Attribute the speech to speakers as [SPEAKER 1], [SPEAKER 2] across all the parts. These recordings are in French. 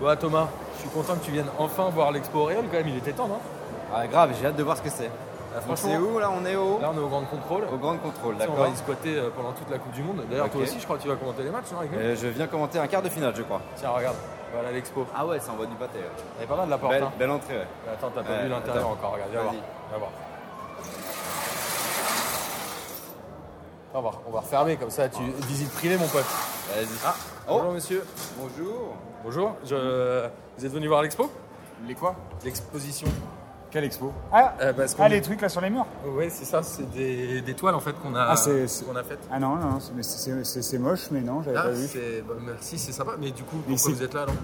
[SPEAKER 1] Ouais, Thomas, je suis content que tu viennes enfin voir l'Expo Auréole quand même, il était temps, non Ah,
[SPEAKER 2] Ah, grave, j'ai hâte de voir ce que c'est. Donc,
[SPEAKER 1] franchement-
[SPEAKER 2] C'est où là On est au,
[SPEAKER 1] Là, on est au Grand Contrôle.
[SPEAKER 2] au Grand Contrôle,
[SPEAKER 1] On va
[SPEAKER 2] d'accord
[SPEAKER 1] y squatter euh, pendant toute la Coupe du Monde. D'ailleurs, toi
[SPEAKER 2] Ok.
[SPEAKER 1] aussi, je crois que tu vas commenter les matchs, non avec nous
[SPEAKER 2] Euh, Je viens commenter un quart de finale, je crois.
[SPEAKER 1] Tiens, regarde, voilà l'expo.
[SPEAKER 2] Ah ouais, ça envoie du pâté. ouais.
[SPEAKER 1] Elle est pas mal la porte.
[SPEAKER 2] Belle,
[SPEAKER 1] hein.
[SPEAKER 2] belle entrée, ouais.
[SPEAKER 1] Attends, t'as pas
[SPEAKER 2] Ouais,
[SPEAKER 1] vu l'intérieur
[SPEAKER 2] attends.
[SPEAKER 1] encore, regarde, viens voir.
[SPEAKER 2] Vas-y.
[SPEAKER 1] Viens voir. Viens voir, on va refermer comme ça, tu visite privée, mon pote.
[SPEAKER 2] Vas-y.
[SPEAKER 1] Ah,
[SPEAKER 2] Oh.
[SPEAKER 1] bonjour monsieur.
[SPEAKER 2] Bonjour.
[SPEAKER 1] Bonjour, je- vous êtes venu voir l'expo
[SPEAKER 3] Les quoi
[SPEAKER 1] L'exposition.
[SPEAKER 3] Quelle expo Ah,
[SPEAKER 1] Euh,
[SPEAKER 2] bah,
[SPEAKER 1] parce qu'on-
[SPEAKER 3] ah, les trucs là sur les murs
[SPEAKER 1] Ouais, c'est ça, c'est des, des toiles en fait qu'on a,
[SPEAKER 3] Ah, c'est- c'est-
[SPEAKER 1] qu'on a faites.
[SPEAKER 3] Ah non, non, non, c'est- mais c'est- c'est c'est- c'est moche, mais non, j'avais
[SPEAKER 1] Ah,
[SPEAKER 3] pas vu.
[SPEAKER 1] c'est- bah, merci, c'est sympa, mais du coup,
[SPEAKER 3] Mais
[SPEAKER 1] pourquoi
[SPEAKER 3] c'est-
[SPEAKER 1] vous êtes là non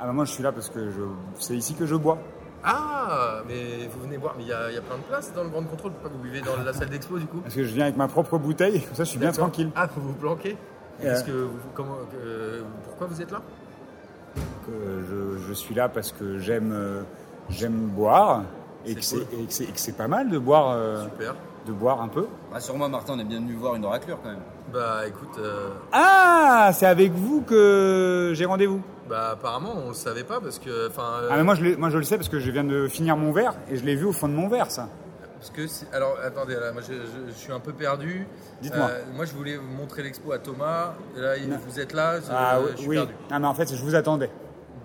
[SPEAKER 3] Ah bah moi je suis là parce que je... c'est ici que je bois.
[SPEAKER 1] Ah, mais vous venez voir, mais il y, a il y a plein de places dans le Grand Contrôle, pourquoi vous buvez dans la salle d'expo du coup
[SPEAKER 3] Parce que je viens avec ma propre bouteille, comme ça je suis bien
[SPEAKER 1] D'accord.
[SPEAKER 3] tranquille.
[SPEAKER 1] Ah, vous vous planquez
[SPEAKER 3] Euh.
[SPEAKER 1] Parce que vous- comment, euh, pourquoi vous êtes là
[SPEAKER 3] Euh, je, je suis là parce que j'aime euh, j'aime boire et
[SPEAKER 1] C'est
[SPEAKER 3] que c'est
[SPEAKER 1] cool.
[SPEAKER 3] et que c'est- et que c'est pas mal de boire, euh,
[SPEAKER 1] Super.
[SPEAKER 3] de boire un peu.
[SPEAKER 2] Rassure-moi, Bah, Martin, on est bien venu voir une oraclure quand même.
[SPEAKER 1] Bah écoute, euh,
[SPEAKER 3] Ah, c'est avec vous que j'ai rendez-vous.
[SPEAKER 1] bah apparemment on le savait pas parce que, enfin, euh,
[SPEAKER 3] Ah mais moi je, l'ai- moi je le sais parce que je viens de finir mon verre et je l'ai vu au fond de mon verre ça.
[SPEAKER 1] parce que, c'est- alors attendez, là, moi je, je- je suis un peu perdu.
[SPEAKER 3] Dites-moi.
[SPEAKER 1] Euh, moi je voulais vous montrer l'expo à Thomas. Et Là il-
[SPEAKER 3] Non.
[SPEAKER 1] vous êtes là, je,
[SPEAKER 3] ah
[SPEAKER 1] euh,
[SPEAKER 3] oui,
[SPEAKER 1] je suis
[SPEAKER 3] oui.
[SPEAKER 1] perdu.
[SPEAKER 3] Ah mais en fait je vous attendais.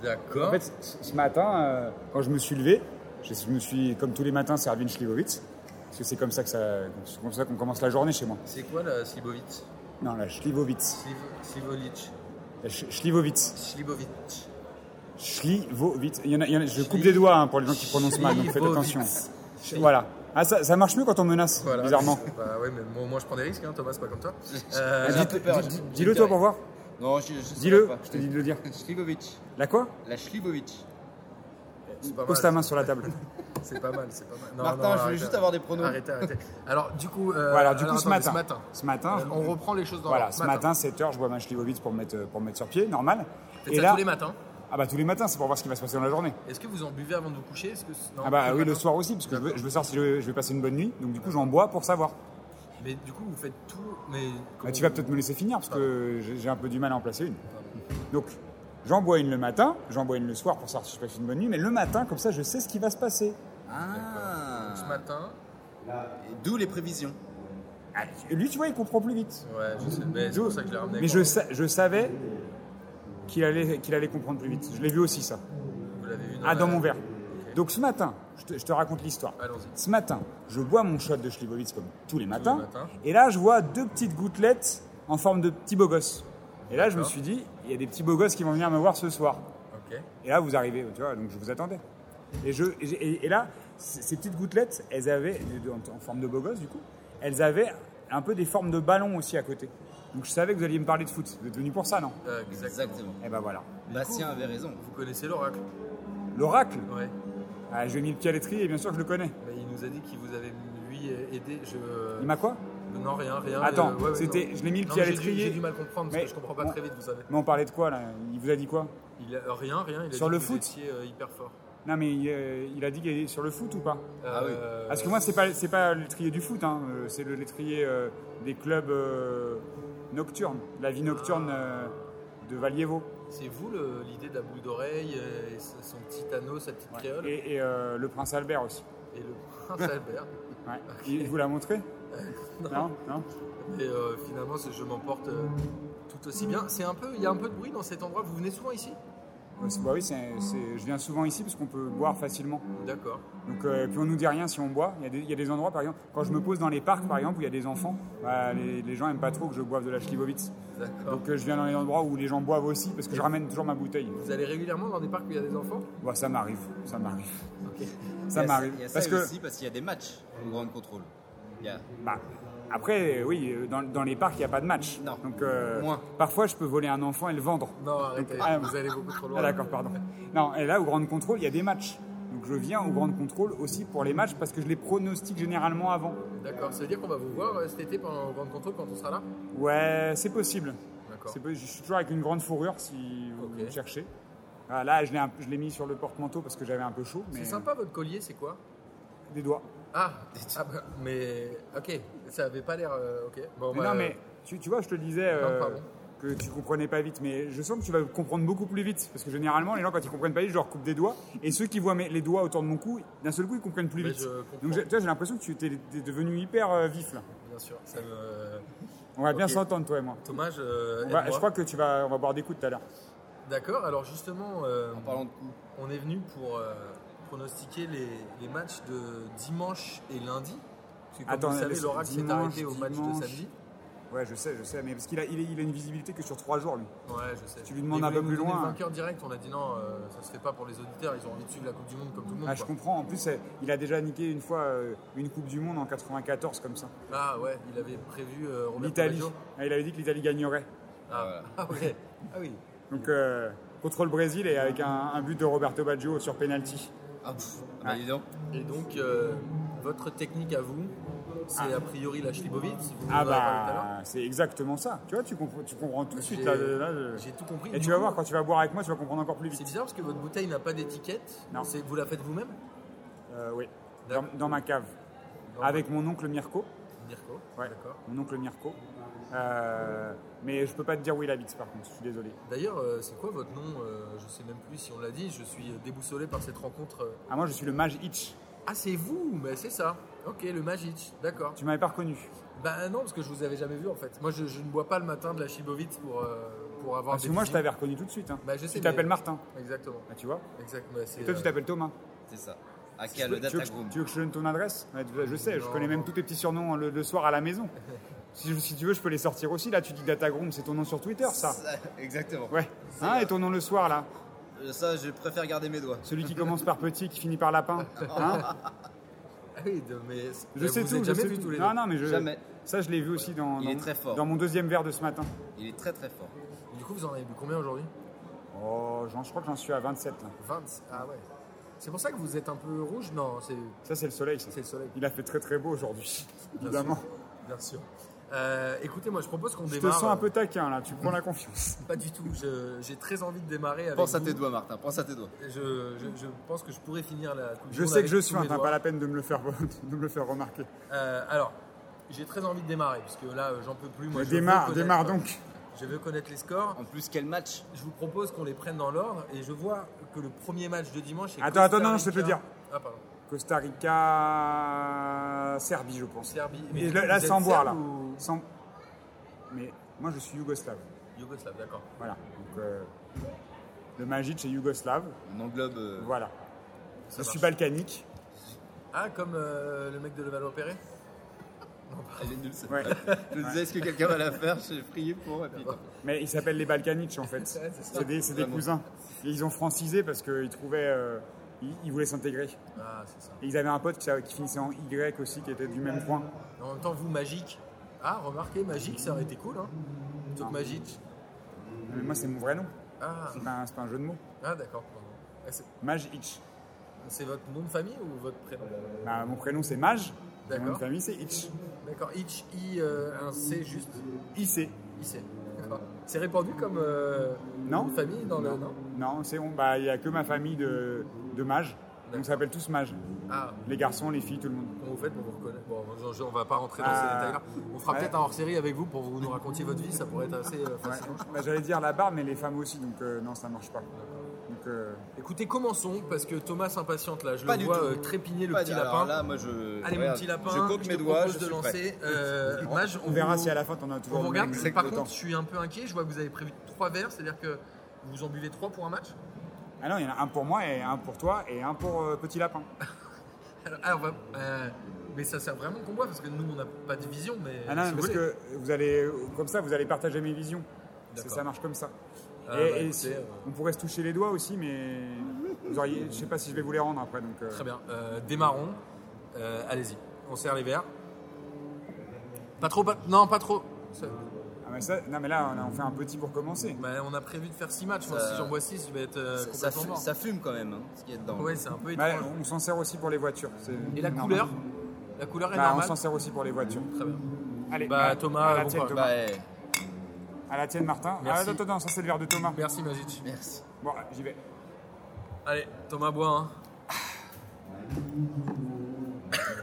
[SPEAKER 1] D'accord.
[SPEAKER 3] En fait, ce ce matin, euh, quand je me suis levé, je je me suis, comme tous les matins, servi une Schlivovitz. Parce que c'est comme ça que ça, c'est comme ça qu'on commence la journée chez moi.
[SPEAKER 1] c'est quoi la Slivovitz
[SPEAKER 3] Non, la Schlivovitz.
[SPEAKER 1] Sliv- Slivolic.
[SPEAKER 3] La Sch- Schlivovitz.
[SPEAKER 1] Slivovitch.
[SPEAKER 3] Schlivovitz. Il y en a, il y en a- je coupe
[SPEAKER 1] Schli-
[SPEAKER 3] des doigts hein, pour les gens qui prononcent mal, donc faites
[SPEAKER 1] Schlivovitz.
[SPEAKER 3] attention. Sch- Voilà. Ah, ça, ça marche mieux quand on menace,
[SPEAKER 1] Voilà.
[SPEAKER 3] bizarrement.
[SPEAKER 1] Bah ouais, mais moi, moi, je prends des risques, hein, Thomas, c'est pas comme toi. Euh,
[SPEAKER 2] J'ai un peu
[SPEAKER 3] Dites-
[SPEAKER 2] peur,
[SPEAKER 3] dites-
[SPEAKER 2] j'ai- j'ai
[SPEAKER 3] Dis-le
[SPEAKER 2] peur.
[SPEAKER 3] toi pour voir.
[SPEAKER 2] Non, je, je sais
[SPEAKER 3] Dis-le,
[SPEAKER 2] pas.
[SPEAKER 3] je te dis de le dire.
[SPEAKER 2] Slivovic.
[SPEAKER 3] La quoi
[SPEAKER 2] La Slivovic.
[SPEAKER 1] c'est pas mal,
[SPEAKER 3] Pose ta main sur la table.
[SPEAKER 1] C'est pas mal, c'est pas mal. Non,
[SPEAKER 2] Martin,
[SPEAKER 1] non,
[SPEAKER 2] je voulais
[SPEAKER 1] arrête,
[SPEAKER 2] juste avoir des pronoms.
[SPEAKER 1] Arrêtez, arrêtez. Alors, du coup, euh,
[SPEAKER 3] Voilà, du coup,
[SPEAKER 1] alors,
[SPEAKER 3] ce
[SPEAKER 1] attendez,
[SPEAKER 3] matin. Ce matin,
[SPEAKER 1] Euh,
[SPEAKER 3] je-
[SPEAKER 1] on reprend les choses dans
[SPEAKER 3] Voilà,
[SPEAKER 1] le
[SPEAKER 3] ce matin, 7h, je bois ma Schlivovitz pour me mettre, pour me mettre sur pied, normal.
[SPEAKER 1] Faites ça tous les matins.
[SPEAKER 3] ah bah tous les matins, c'est pour voir ce qui va se passer dans la journée.
[SPEAKER 1] Est-ce que vous en buvez avant de vous coucher Est-ce que c- non,
[SPEAKER 3] Ah bah
[SPEAKER 1] tous
[SPEAKER 3] oui, le
[SPEAKER 1] matins
[SPEAKER 3] soir aussi, parce que je veux, je veux savoir si je, je vais passer une bonne nuit. Donc du coup, j'en bois pour savoir.
[SPEAKER 1] Mais du coup, vous faites tout. Mais
[SPEAKER 3] Bah,
[SPEAKER 1] comment
[SPEAKER 3] tu vas
[SPEAKER 1] vous-
[SPEAKER 3] peut-être me laisser finir, parce que j'ai j'ai un peu du mal à en placer une. Donc, j'en bois une le matin, j'en bois une le soir pour savoir si je passe une bonne nuit. Mais le matin, comme ça, je sais ce qui va se passer.
[SPEAKER 2] Ah.
[SPEAKER 1] Ce matin.
[SPEAKER 2] Et D'où les prévisions.
[SPEAKER 3] Ah, lui, tu vois, il comprend plus vite.
[SPEAKER 1] Ouais, je sais. Mais c'est pour ça que je l'ai ramené.
[SPEAKER 3] Mais
[SPEAKER 1] quoi.
[SPEAKER 3] je, sa- je savais qu'il allait, qu'il allait comprendre plus vite. Je l'ai vu aussi, ça.
[SPEAKER 1] Vous l'avez vu
[SPEAKER 3] Ah, dans
[SPEAKER 1] la-
[SPEAKER 3] mon verre.
[SPEAKER 1] Ok.
[SPEAKER 3] Donc ce matin, je te, je te raconte l'histoire.
[SPEAKER 1] Allons-y.
[SPEAKER 3] Ce matin, je bois mon shot de Schlivovitz comme tous les matins.
[SPEAKER 1] matins.
[SPEAKER 3] Et là, je vois deux petites gouttelettes en forme de petits beaux gosses. Et là, je me
[SPEAKER 1] D'accord.
[SPEAKER 3] suis dit, il y a des petits beaux gosses qui vont venir me voir ce soir.
[SPEAKER 1] Ok.
[SPEAKER 3] Et là, vous arrivez, tu vois, donc je vous attendais. Et, je, et, j'ai- et là, c- ces petites gouttelettes, elles avaient, en- en forme de beaux gosses du coup, elles avaient un peu des formes de ballons aussi à côté. Donc je savais que vous alliez me parler de foot. Vous êtes venu pour ça, non
[SPEAKER 1] Euh, exactement.
[SPEAKER 2] Exactement.
[SPEAKER 3] Eh ben voilà.
[SPEAKER 2] Bastien avait raison.
[SPEAKER 1] Vous connaissez l'oracle
[SPEAKER 3] L'oracle,
[SPEAKER 1] Ouais.
[SPEAKER 3] ah, je lui ai mis le pied à l'étrier et bien sûr que je le connais.
[SPEAKER 1] Bah, il nous a dit qu'il vous avait lui aidé. Je.
[SPEAKER 3] Il m'a quoi
[SPEAKER 1] Non, rien, rien.
[SPEAKER 3] Attends,
[SPEAKER 1] euh, ouais, ouais,
[SPEAKER 3] c'était-
[SPEAKER 1] non.
[SPEAKER 3] je l'ai mis le
[SPEAKER 1] Non,
[SPEAKER 3] pied à
[SPEAKER 1] mais j'ai dû-
[SPEAKER 3] l'étrier.
[SPEAKER 1] J'ai du mal à comprendre parce
[SPEAKER 3] Mais-
[SPEAKER 1] que je comprends pas
[SPEAKER 3] Bon.
[SPEAKER 1] très vite, vous savez.
[SPEAKER 3] Mais on parlait de quoi là Il vous a dit quoi
[SPEAKER 1] Il a- euh, rien, rien. Il a
[SPEAKER 3] Sur
[SPEAKER 1] dit
[SPEAKER 3] le
[SPEAKER 1] que vous
[SPEAKER 3] foot
[SPEAKER 1] étiez, euh, hyper fort.
[SPEAKER 3] Non mais il, euh, il a dit qu'il est sur le foot ou pas
[SPEAKER 2] Ah oui.
[SPEAKER 1] Euh,
[SPEAKER 3] Parce que moi c'est pas c'est pas l'étrier du foot, hein, euh, c'est le l'étrier euh, des clubs euh, nocturnes, la vie
[SPEAKER 1] Ah.
[SPEAKER 3] nocturne euh, de Valievo.
[SPEAKER 1] C'est vous le- l'idée de la boule d'oreille, euh, et sa- son petit anneau, sa petite créole et...
[SPEAKER 3] Et, et, euh, le prince Albert aussi.
[SPEAKER 1] le prince Albert.
[SPEAKER 3] Ouais. Il vous l'a montré Non, non.
[SPEAKER 1] Et euh, finalement, c'est- je m'emporte euh, tout aussi bien. C'est un peu, il y a un peu de bruit dans cet endroit. Vous venez souvent ici
[SPEAKER 3] Ouais, c'est- bah oui, c'est- c'est- je viens souvent ici parce qu'on peut boire facilement.
[SPEAKER 1] D'accord.
[SPEAKER 3] Donc, euh, et puis on nous dit rien si on boit. Il y, a des, il y a des endroits, par exemple, quand je me pose dans les parcs, par exemple, où il y a des enfants, bah, les, les gens aiment pas trop que je boive de la Schlivovitz.
[SPEAKER 1] D'accord.
[SPEAKER 3] Donc euh, je viens dans les endroits où les gens boivent aussi parce que je ramène toujours ma bouteille.
[SPEAKER 1] Vous allez régulièrement dans des parcs où il y a des enfants
[SPEAKER 3] Bon, ça m'arrive, ça m'arrive,
[SPEAKER 1] Ok.
[SPEAKER 3] ça
[SPEAKER 2] Il y a
[SPEAKER 3] m'arrive.
[SPEAKER 2] ça
[SPEAKER 3] Parce que
[SPEAKER 2] aussi parce qu'il y a des matchs au Grand Contrôle. Il y a-
[SPEAKER 3] bah, après, euh, oui, euh, dans, dans les parcs, il n'y a pas de match.
[SPEAKER 2] Non.
[SPEAKER 3] Donc euh,
[SPEAKER 2] Moins.
[SPEAKER 3] parfois, je peux voler un enfant et le vendre.
[SPEAKER 1] Non, arrêtez.
[SPEAKER 3] Donc, ah,
[SPEAKER 1] vous allez beaucoup trop loin.
[SPEAKER 3] Ah, d'accord, pardon. Non, et là, au Grand Contrôle, il y a des matchs. Donc je viens au Grand Contrôle aussi pour les matchs parce que je les pronostique généralement avant.
[SPEAKER 1] D'accord. Ça veut dire qu'on va vous voir euh, cet été pendant le Grand Contrôle quand on sera là
[SPEAKER 3] Ouais, c'est possible.
[SPEAKER 1] D'accord.
[SPEAKER 3] C'est possible. Je suis toujours avec une grande fourrure si vous
[SPEAKER 1] Ok.
[SPEAKER 3] me cherchez. Ah, là, je l'ai un- je l'ai mis sur le porte-manteau parce que j'avais un peu chaud. mais-
[SPEAKER 1] C'est sympa votre collier, c'est quoi
[SPEAKER 3] Des doigts.
[SPEAKER 1] Ah, ah bah, mais ok, ça avait pas l'air. euh, ok. Bon,
[SPEAKER 3] Mais
[SPEAKER 1] bah,
[SPEAKER 3] non, mais tu, tu vois, je te disais. euh,
[SPEAKER 1] pardon.
[SPEAKER 3] que tu comprenais pas vite, mais je sens que tu vas comprendre beaucoup plus vite, parce que généralement, les gens, quand ils comprennent pas vite, je leur coupe des doigts, et ceux qui voient mes- les doigts autour de mon cou, d'un seul coup, ils comprennent plus
[SPEAKER 1] Mais
[SPEAKER 3] vite.
[SPEAKER 1] je comprends.
[SPEAKER 3] Donc, j'ai- toi, j'ai l'impression que tu t'es t'es devenu hyper euh, vif, là.
[SPEAKER 1] Bien sûr, ça me.
[SPEAKER 3] On va bien
[SPEAKER 1] Ok.
[SPEAKER 3] s'entendre, toi et moi.
[SPEAKER 1] Thomas, je.
[SPEAKER 3] On va-
[SPEAKER 1] aide-moi.
[SPEAKER 3] Bah, je crois que tu vas, on va boire des coups tout à l'heure.
[SPEAKER 1] D'accord, alors justement, euh,
[SPEAKER 2] En parlant de coups.
[SPEAKER 1] on est venu pour euh, pronostiquer les, les matchs de dimanche et lundi. Parce que comme
[SPEAKER 3] Attends,
[SPEAKER 1] vous savez,
[SPEAKER 3] laisse-
[SPEAKER 1] l'oracle s'est
[SPEAKER 3] dimanche,
[SPEAKER 1] arrêté au match de
[SPEAKER 3] dimanche.
[SPEAKER 1] samedi.
[SPEAKER 3] Ouais, je sais, je sais, mais parce qu'il a, il, est- il a une visibilité que sur trois jours, lui.
[SPEAKER 1] Ouais, je sais.
[SPEAKER 3] Tu lui demandes
[SPEAKER 1] Mais
[SPEAKER 3] un
[SPEAKER 1] vous
[SPEAKER 3] peu
[SPEAKER 1] nous
[SPEAKER 3] plus
[SPEAKER 1] donnez
[SPEAKER 3] loin.
[SPEAKER 1] Le vainqueur direct, on a dit non, euh, ça se fait pas pour les auditeurs, ils ont envie de suivre la Coupe du Monde comme tout le monde.
[SPEAKER 3] Ah, je
[SPEAKER 1] quoi.
[SPEAKER 3] comprends. En plus, euh, il a déjà niqué une fois euh, une Coupe du Monde en 94, comme ça.
[SPEAKER 1] Ah ouais, il avait prévu euh, Roberto
[SPEAKER 3] L'Italie.
[SPEAKER 1] Baggio.
[SPEAKER 3] Ah, il avait dit que l'Italie gagnerait.
[SPEAKER 1] Ah, ah ouais. Ah oui.
[SPEAKER 3] Donc, euh, contre le Brésil et avec un, un but de Roberto Baggio sur penalty.
[SPEAKER 2] Ah, pff, ah bah, dis donc.
[SPEAKER 1] Et donc, euh, votre technique à vous, c'est a priori la Schlibowitz. vous en
[SPEAKER 3] Ah
[SPEAKER 1] avez parlé tout à l'heure.
[SPEAKER 3] bah, c'est exactement ça. Tu vois, tu comprends, tu comprends tout de suite.
[SPEAKER 1] J'ai-
[SPEAKER 3] là, là, là.
[SPEAKER 1] J'ai tout compris.
[SPEAKER 3] Et
[SPEAKER 1] Du
[SPEAKER 3] tu vas
[SPEAKER 1] coup,
[SPEAKER 3] voir, quand tu vas boire avec moi, tu vas comprendre encore plus
[SPEAKER 1] C'est
[SPEAKER 3] vite.
[SPEAKER 1] bizarre parce que votre bouteille n'a pas d'étiquette.
[SPEAKER 3] Non.
[SPEAKER 1] C'est- Vous la faites vous-même
[SPEAKER 3] Euh, oui, dans,
[SPEAKER 1] D'accord.
[SPEAKER 3] dans ma cave.
[SPEAKER 1] Dans-
[SPEAKER 3] Avec mon oncle Mirko.
[SPEAKER 1] Mirko.
[SPEAKER 3] Ouais,
[SPEAKER 1] D'accord.
[SPEAKER 3] mon oncle Mirko. Euh, mais je peux pas te dire où il habite, par contre, je suis désolé.
[SPEAKER 1] D'ailleurs, euh, c'est quoi votre nom Euh, Je sais même plus si on l'a dit. Je suis déboussolé par cette rencontre.
[SPEAKER 3] Ah, moi, je suis le mage Hitch.
[SPEAKER 1] Ah, c'est vous Mais c'est ça. Ok, le Magic. D'accord.
[SPEAKER 3] Tu m'avais pas reconnu.
[SPEAKER 1] Bah non, parce que je vous avais jamais vu en fait. Moi, je, je ne bois pas le matin de la Chibovitz pour, euh, pour avoir.
[SPEAKER 3] Parce que
[SPEAKER 1] des
[SPEAKER 3] Ah, moi, je
[SPEAKER 1] visions.
[SPEAKER 3] t'avais reconnu tout de suite. hein.
[SPEAKER 1] Bah, je sais,
[SPEAKER 3] tu
[SPEAKER 1] mais-
[SPEAKER 3] t'appelles Martin,
[SPEAKER 1] Exactement. Bah,
[SPEAKER 3] Ah, tu vois.
[SPEAKER 1] Exactement.
[SPEAKER 3] Et toi, tu t'appelles Thomas.
[SPEAKER 2] C'est ça. Aka
[SPEAKER 3] Tu
[SPEAKER 2] le
[SPEAKER 3] veux, tu
[SPEAKER 2] data
[SPEAKER 3] veux que,
[SPEAKER 2] groom.
[SPEAKER 3] je- tu veux que je te donne ton adresse Ouais, tu- Je sais, je
[SPEAKER 1] Non.
[SPEAKER 3] connais même tous tes petits surnoms hein, le, le soir à la maison. si, je- si tu veux, je peux les sortir aussi. Là, tu dis Datagroom, c'est ton nom sur Twitter, ça.
[SPEAKER 2] Ça, Exactement.
[SPEAKER 3] Ouais. Hein, et ton nom le soir, là
[SPEAKER 2] Euh, Ça, je préfère garder mes doigts.
[SPEAKER 3] Celui qui commence par petit, qui finit par lapin. Hein
[SPEAKER 1] Ah oui, de- mais
[SPEAKER 3] je sais
[SPEAKER 1] vous
[SPEAKER 3] tout.
[SPEAKER 1] êtes
[SPEAKER 3] je
[SPEAKER 1] jamais
[SPEAKER 3] sais
[SPEAKER 1] vu
[SPEAKER 3] tout.
[SPEAKER 1] tous les
[SPEAKER 3] non,
[SPEAKER 1] deux.
[SPEAKER 3] non, mais je.
[SPEAKER 2] Jamais.
[SPEAKER 3] Ça, je l'ai vu aussi dans,
[SPEAKER 2] Il
[SPEAKER 3] dans-
[SPEAKER 2] est très fort.
[SPEAKER 3] dans mon deuxième verre de ce matin.
[SPEAKER 2] Il est très très fort.
[SPEAKER 1] Du coup, vous en avez bu combien aujourd'hui
[SPEAKER 3] Oh, j'en- je crois que j'en suis à 27 là.
[SPEAKER 1] 20. Ah ouais. C'est pour ça que vous êtes un peu rouge Non, c'est
[SPEAKER 3] Ça, c'est le soleil. ça.
[SPEAKER 1] c'est le soleil.
[SPEAKER 3] Il a fait très très beau aujourd'hui, évidemment.
[SPEAKER 1] Bien sûr. Euh, écoutez, moi, je propose qu'on
[SPEAKER 3] Je
[SPEAKER 1] démarre.
[SPEAKER 3] te sens un
[SPEAKER 1] euh,
[SPEAKER 3] peu taquin là, tu prends la confiance.
[SPEAKER 1] Pas du tout. Je- J'ai très envie de démarrer avec.
[SPEAKER 2] Pense à
[SPEAKER 1] vous.
[SPEAKER 2] tes doigts, Martin. Pense à tes doigts.
[SPEAKER 1] Je, je- je pense que je pourrais finir la. Coupe du
[SPEAKER 3] Je
[SPEAKER 1] Monde
[SPEAKER 3] sais que
[SPEAKER 1] avec
[SPEAKER 3] je
[SPEAKER 1] tous
[SPEAKER 3] suis
[SPEAKER 1] mes
[SPEAKER 3] un, t'as
[SPEAKER 1] doigts.
[SPEAKER 3] pas la peine de me le faire, de me le faire remarquer.
[SPEAKER 1] Euh, alors, j'ai très envie de démarrer parce que là, euh, j'en peux plus. Moi, je veux
[SPEAKER 3] démarre,
[SPEAKER 1] connaître-
[SPEAKER 3] démarre donc.
[SPEAKER 1] Je veux connaître les scores.
[SPEAKER 2] En plus, quel match
[SPEAKER 1] Je vous propose qu'on les prenne dans l'ordre et je vois que le premier match de dimanche est.
[SPEAKER 3] Attends, attends, non,
[SPEAKER 1] Costa
[SPEAKER 3] je sais te le
[SPEAKER 1] Rica-
[SPEAKER 3] dire.
[SPEAKER 1] Ah, pardon.
[SPEAKER 3] Costa Rica, Serbie, je pense.
[SPEAKER 1] Serbie.
[SPEAKER 3] Mais
[SPEAKER 1] vous-
[SPEAKER 3] là, là,
[SPEAKER 1] vous êtes
[SPEAKER 3] sans boire là.
[SPEAKER 1] serbe ou
[SPEAKER 3] Sans- Mais moi, je suis yougoslave.
[SPEAKER 1] Yougoslave, d'accord.
[SPEAKER 3] Voilà. Donc, euh, le Magic, c'est yougoslave.
[SPEAKER 2] On englobe. euh,
[SPEAKER 3] Voilà. Je
[SPEAKER 1] marche.
[SPEAKER 3] suis balkanique.
[SPEAKER 1] Ah, comme euh, le mec de Levallois-Perret
[SPEAKER 2] Elle est nulle, celle-là.
[SPEAKER 3] Ouais.
[SPEAKER 2] Je me disais, est-ce que quelqu'un va la faire J'ai prié pour. et puis-
[SPEAKER 3] Mais ils s'appellent les Balkanic en fait.
[SPEAKER 1] c'est ça.
[SPEAKER 3] C'est des, c'est des
[SPEAKER 2] Vraiment.
[SPEAKER 3] cousins. Et ils ont francisé parce qu'ils trouvaient. euh, ils, ils voulaient s'intégrer.
[SPEAKER 1] Ah, c'est ça.
[SPEAKER 3] Et ils avaient un pote qui, s'a- qui finissait en Y aussi, qui était du même coin.
[SPEAKER 1] En même temps, vous, Magique. Ah, remarquez, Magique, ça aurait été cool. Hein. Plutôt que Magique.
[SPEAKER 3] Mais moi, c'est mon vrai nom.
[SPEAKER 1] Ah,
[SPEAKER 3] C'est pas, un- c'est pas un jeu de mots.
[SPEAKER 1] ah d'accord. pardon. Ah, c'est-
[SPEAKER 3] Maj Hitch.
[SPEAKER 1] C'est votre nom de famille ou votre prénom
[SPEAKER 3] Bah, mon prénom, c'est Maj. Et mon nom de
[SPEAKER 1] D'accord.
[SPEAKER 3] famille, c'est Hitch.
[SPEAKER 1] D'accord, Hitch, I, euh, un C juste,
[SPEAKER 3] IC.
[SPEAKER 1] IC. D'accord. C'est répandu comme euh,
[SPEAKER 3] Non.
[SPEAKER 1] nom de famille dans le. Non
[SPEAKER 3] Non, c'est on. Bah, il n'y a que ma famille de, de Maj. Donc,
[SPEAKER 1] D'accord.
[SPEAKER 3] on s'appelle tous Maj.
[SPEAKER 1] Ah,
[SPEAKER 3] Les garçons, les filles, tout le monde.
[SPEAKER 1] comment vous faites pour vous reconnaître Bon, je- je- on va pas rentrer dans ces
[SPEAKER 2] Euh,
[SPEAKER 3] Ah.
[SPEAKER 1] détails-là. On fera
[SPEAKER 3] Ouais.
[SPEAKER 1] peut-être un hors série avec vous pour vous nous raconter votre vie, ça pourrait être assez euh,
[SPEAKER 3] Ouais.
[SPEAKER 1] fascinant.
[SPEAKER 3] Bah, J'allais dire la barbe, mais les femmes aussi. Donc, euh, non, ça marche pas. Donc, euh,
[SPEAKER 1] Écoutez, commençons, parce que Thomas s'impatiente là, je
[SPEAKER 2] Pas
[SPEAKER 1] le
[SPEAKER 2] du
[SPEAKER 1] vois
[SPEAKER 2] tout.
[SPEAKER 1] euh, trépigner le
[SPEAKER 2] Pas
[SPEAKER 1] petit
[SPEAKER 2] dit- alors
[SPEAKER 1] lapin.
[SPEAKER 2] là, moi, je.
[SPEAKER 1] Allez, mon
[SPEAKER 2] regarde,
[SPEAKER 1] petit lapin,
[SPEAKER 2] Je compte
[SPEAKER 1] je
[SPEAKER 2] mes
[SPEAKER 1] te
[SPEAKER 2] doigts.
[SPEAKER 1] propose
[SPEAKER 2] Je
[SPEAKER 1] de
[SPEAKER 2] suis prêt.
[SPEAKER 1] lancer. Euh, Maj,
[SPEAKER 3] on verra
[SPEAKER 1] vous-
[SPEAKER 3] si à la fin, on a toujours
[SPEAKER 1] On vous
[SPEAKER 3] le
[SPEAKER 1] regarde,
[SPEAKER 3] même
[SPEAKER 1] par
[SPEAKER 3] exact
[SPEAKER 1] contre,
[SPEAKER 3] autant.
[SPEAKER 1] je suis un peu inquiet. Je vois que vous avez prévu trois verres, c'est-à-dire que vous en buvez trois pour un match.
[SPEAKER 3] Ah non, il y en a un pour moi et un pour toi et un pour euh, Petit Lapin.
[SPEAKER 1] Alors, ah, on va- euh, mais ça sert vraiment qu'on boit parce que nous, on n'a pas de vision. Mais
[SPEAKER 3] Ah non,
[SPEAKER 1] Euh, si vous
[SPEAKER 3] parce
[SPEAKER 1] voulez.
[SPEAKER 3] que vous allez, comme ça, vous allez partager mes visions. Parce que
[SPEAKER 1] D'accord.
[SPEAKER 3] ça marche comme ça.
[SPEAKER 1] Ah,
[SPEAKER 3] et
[SPEAKER 1] bah,
[SPEAKER 3] et
[SPEAKER 1] écoutez,
[SPEAKER 3] si-
[SPEAKER 1] euh,
[SPEAKER 3] on pourrait se toucher les doigts aussi, mais vous auriez, je sais pas si je vais vous les rendre après. Donc, euh,
[SPEAKER 1] Très bien. Euh, démarrons. Euh, Allez-y. On serre les verres. Pas trop. pas- Non, pas trop. Ça-
[SPEAKER 3] ah, mais ça- non, mais là, on, a- on fait un petit pour commencer.
[SPEAKER 1] bah, on a prévu de faire six matchs. Moi,
[SPEAKER 2] Ça-
[SPEAKER 1] si j'en bois six, je vais être euh,
[SPEAKER 2] Ça- Ça,
[SPEAKER 1] complètement
[SPEAKER 2] fu-
[SPEAKER 1] mort.
[SPEAKER 2] ça fume quand même, hein, ce qu'il y a dedans.
[SPEAKER 1] Ouais, c'est un peu
[SPEAKER 3] Bah,
[SPEAKER 1] étrange.
[SPEAKER 3] on s'en sert aussi pour les voitures. c'est
[SPEAKER 1] Et la
[SPEAKER 3] normal.
[SPEAKER 1] couleur La couleur est
[SPEAKER 3] Bah, On
[SPEAKER 1] normale.
[SPEAKER 3] s'en sert aussi pour les voitures.
[SPEAKER 1] Très bien.
[SPEAKER 3] Allez,
[SPEAKER 1] Bah,
[SPEAKER 3] à-
[SPEAKER 1] Thomas,
[SPEAKER 3] à la
[SPEAKER 1] bon
[SPEAKER 3] tienne,
[SPEAKER 1] courage.
[SPEAKER 3] Thomas.
[SPEAKER 2] Bah, eh,
[SPEAKER 3] À la tienne, Martin. Ah,
[SPEAKER 1] Merci.
[SPEAKER 3] attends, attends, ça c'est le verre de Thomas.
[SPEAKER 1] Merci, Mazic.
[SPEAKER 2] merci.
[SPEAKER 3] Bon, ah, j'y vais.
[SPEAKER 1] Allez, Thomas bois. hein.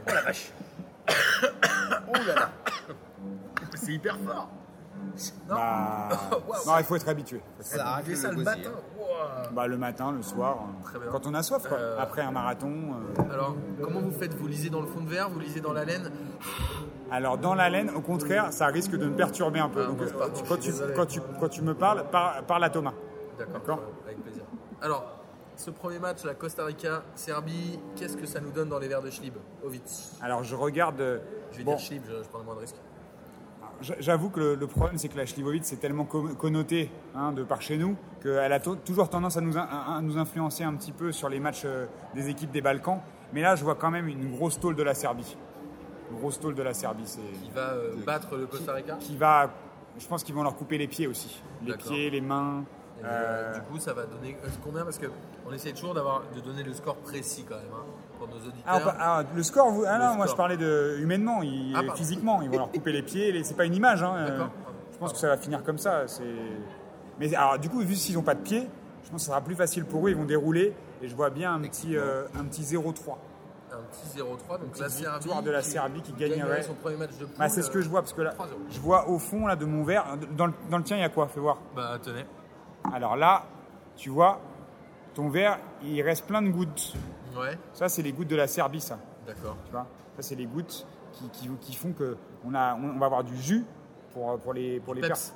[SPEAKER 2] Oh la vache. oh là là.
[SPEAKER 1] C'est hyper fort. Non.
[SPEAKER 3] Bah,
[SPEAKER 1] Waouh.
[SPEAKER 3] non, il faut être habitué.
[SPEAKER 2] Ça
[SPEAKER 1] Ah,
[SPEAKER 2] racle
[SPEAKER 1] ça le
[SPEAKER 2] gosier.
[SPEAKER 1] matin. Waouh.
[SPEAKER 3] Bah, le matin, le soir,
[SPEAKER 1] Très bien.
[SPEAKER 3] quand on a soif, quoi.
[SPEAKER 1] Euh,
[SPEAKER 3] Après un marathon. euh.
[SPEAKER 1] Alors, comment vous faites Vous lisez dans le fond de verre Vous lisez dans la laine
[SPEAKER 3] Alors, dans la laine, au contraire, ça risque de me perturber un peu.
[SPEAKER 1] Ah,
[SPEAKER 3] Donc,
[SPEAKER 1] moi,
[SPEAKER 3] euh,
[SPEAKER 1] pardon, je
[SPEAKER 3] quand, tu,
[SPEAKER 1] suis désolé.
[SPEAKER 3] quand, tu, quand tu me parles, par- parle à Thomas. D'accord.
[SPEAKER 1] D'accord. Avec plaisir. Alors, ce premier match, la Costa Rica, Serbie, qu'est-ce que ça nous donne dans les verres de Schlib Ovic.
[SPEAKER 3] Alors, je regarde. euh,
[SPEAKER 1] Je vais
[SPEAKER 3] bon,
[SPEAKER 1] dire Schlib, je, je prends le moins de risques.
[SPEAKER 3] j- J'avoue que le, le problème, c'est que la Schlivovitz c'est tellement co- connoté hein, de par chez nous qu'elle a to- toujours tendance à nous, in- à- à nous influencer un petit peu sur les matchs euh, des équipes des Balkans. Mais là, je vois quand même une grosse tôle de la Serbie. Une grosse tôle de la Serbie. C'est.
[SPEAKER 1] Qui va euh, battre le Costa Rica
[SPEAKER 3] qui va. Je pense qu'ils vont leur couper les pieds aussi. Les
[SPEAKER 1] D'accord.
[SPEAKER 3] pieds, les mains.
[SPEAKER 1] Et,
[SPEAKER 3] euh,
[SPEAKER 1] euh, Du coup, ça va donner euh, combien Parce qu'on essaie toujours d'avoir de donner le score précis quand même hein, pour nos auditeurs.
[SPEAKER 3] ah, bah, ah, le score, vous... ah
[SPEAKER 1] Le
[SPEAKER 3] non,
[SPEAKER 1] score.
[SPEAKER 3] moi je parlais de humainement, ils-
[SPEAKER 1] Ah, pardon.
[SPEAKER 3] physiquement, ils vont leur couper les pieds. les- C'est pas une image. hein, euh,
[SPEAKER 1] D'accord.
[SPEAKER 3] Je pense que ça va finir comme ça. c'est- Mais alors, du coup, vu s'ils n'ont pas de pieds, je pense que ça sera plus facile pour eux. Ils vont dérouler et je vois bien un petit, euh, un petit 0-3.
[SPEAKER 1] Un petit 0-3, donc
[SPEAKER 3] Petite
[SPEAKER 1] la
[SPEAKER 3] victoire
[SPEAKER 1] Serbie.
[SPEAKER 3] de la
[SPEAKER 1] qui
[SPEAKER 3] Serbie qui
[SPEAKER 1] gagnerait
[SPEAKER 3] gagnerait.
[SPEAKER 1] son premier match de poule.
[SPEAKER 3] Bah, c'est ce que je vois parce que là,
[SPEAKER 1] 3-0.
[SPEAKER 3] je vois au fond là de mon verre. euh, Dans le, dans le tien, il y a quoi Fais voir.
[SPEAKER 1] Bah, tenez.
[SPEAKER 3] Alors là, tu vois, ton verre, il reste plein de gouttes.
[SPEAKER 1] Ouais,
[SPEAKER 3] Ça, c'est les gouttes de la Serbie, ça.
[SPEAKER 1] d'accord.
[SPEAKER 3] Tu vois ça, c'est les gouttes qui, qui, qui font que on, a, on, on va avoir du jus pour, pour les, pour les
[SPEAKER 1] Peps.
[SPEAKER 3] perf-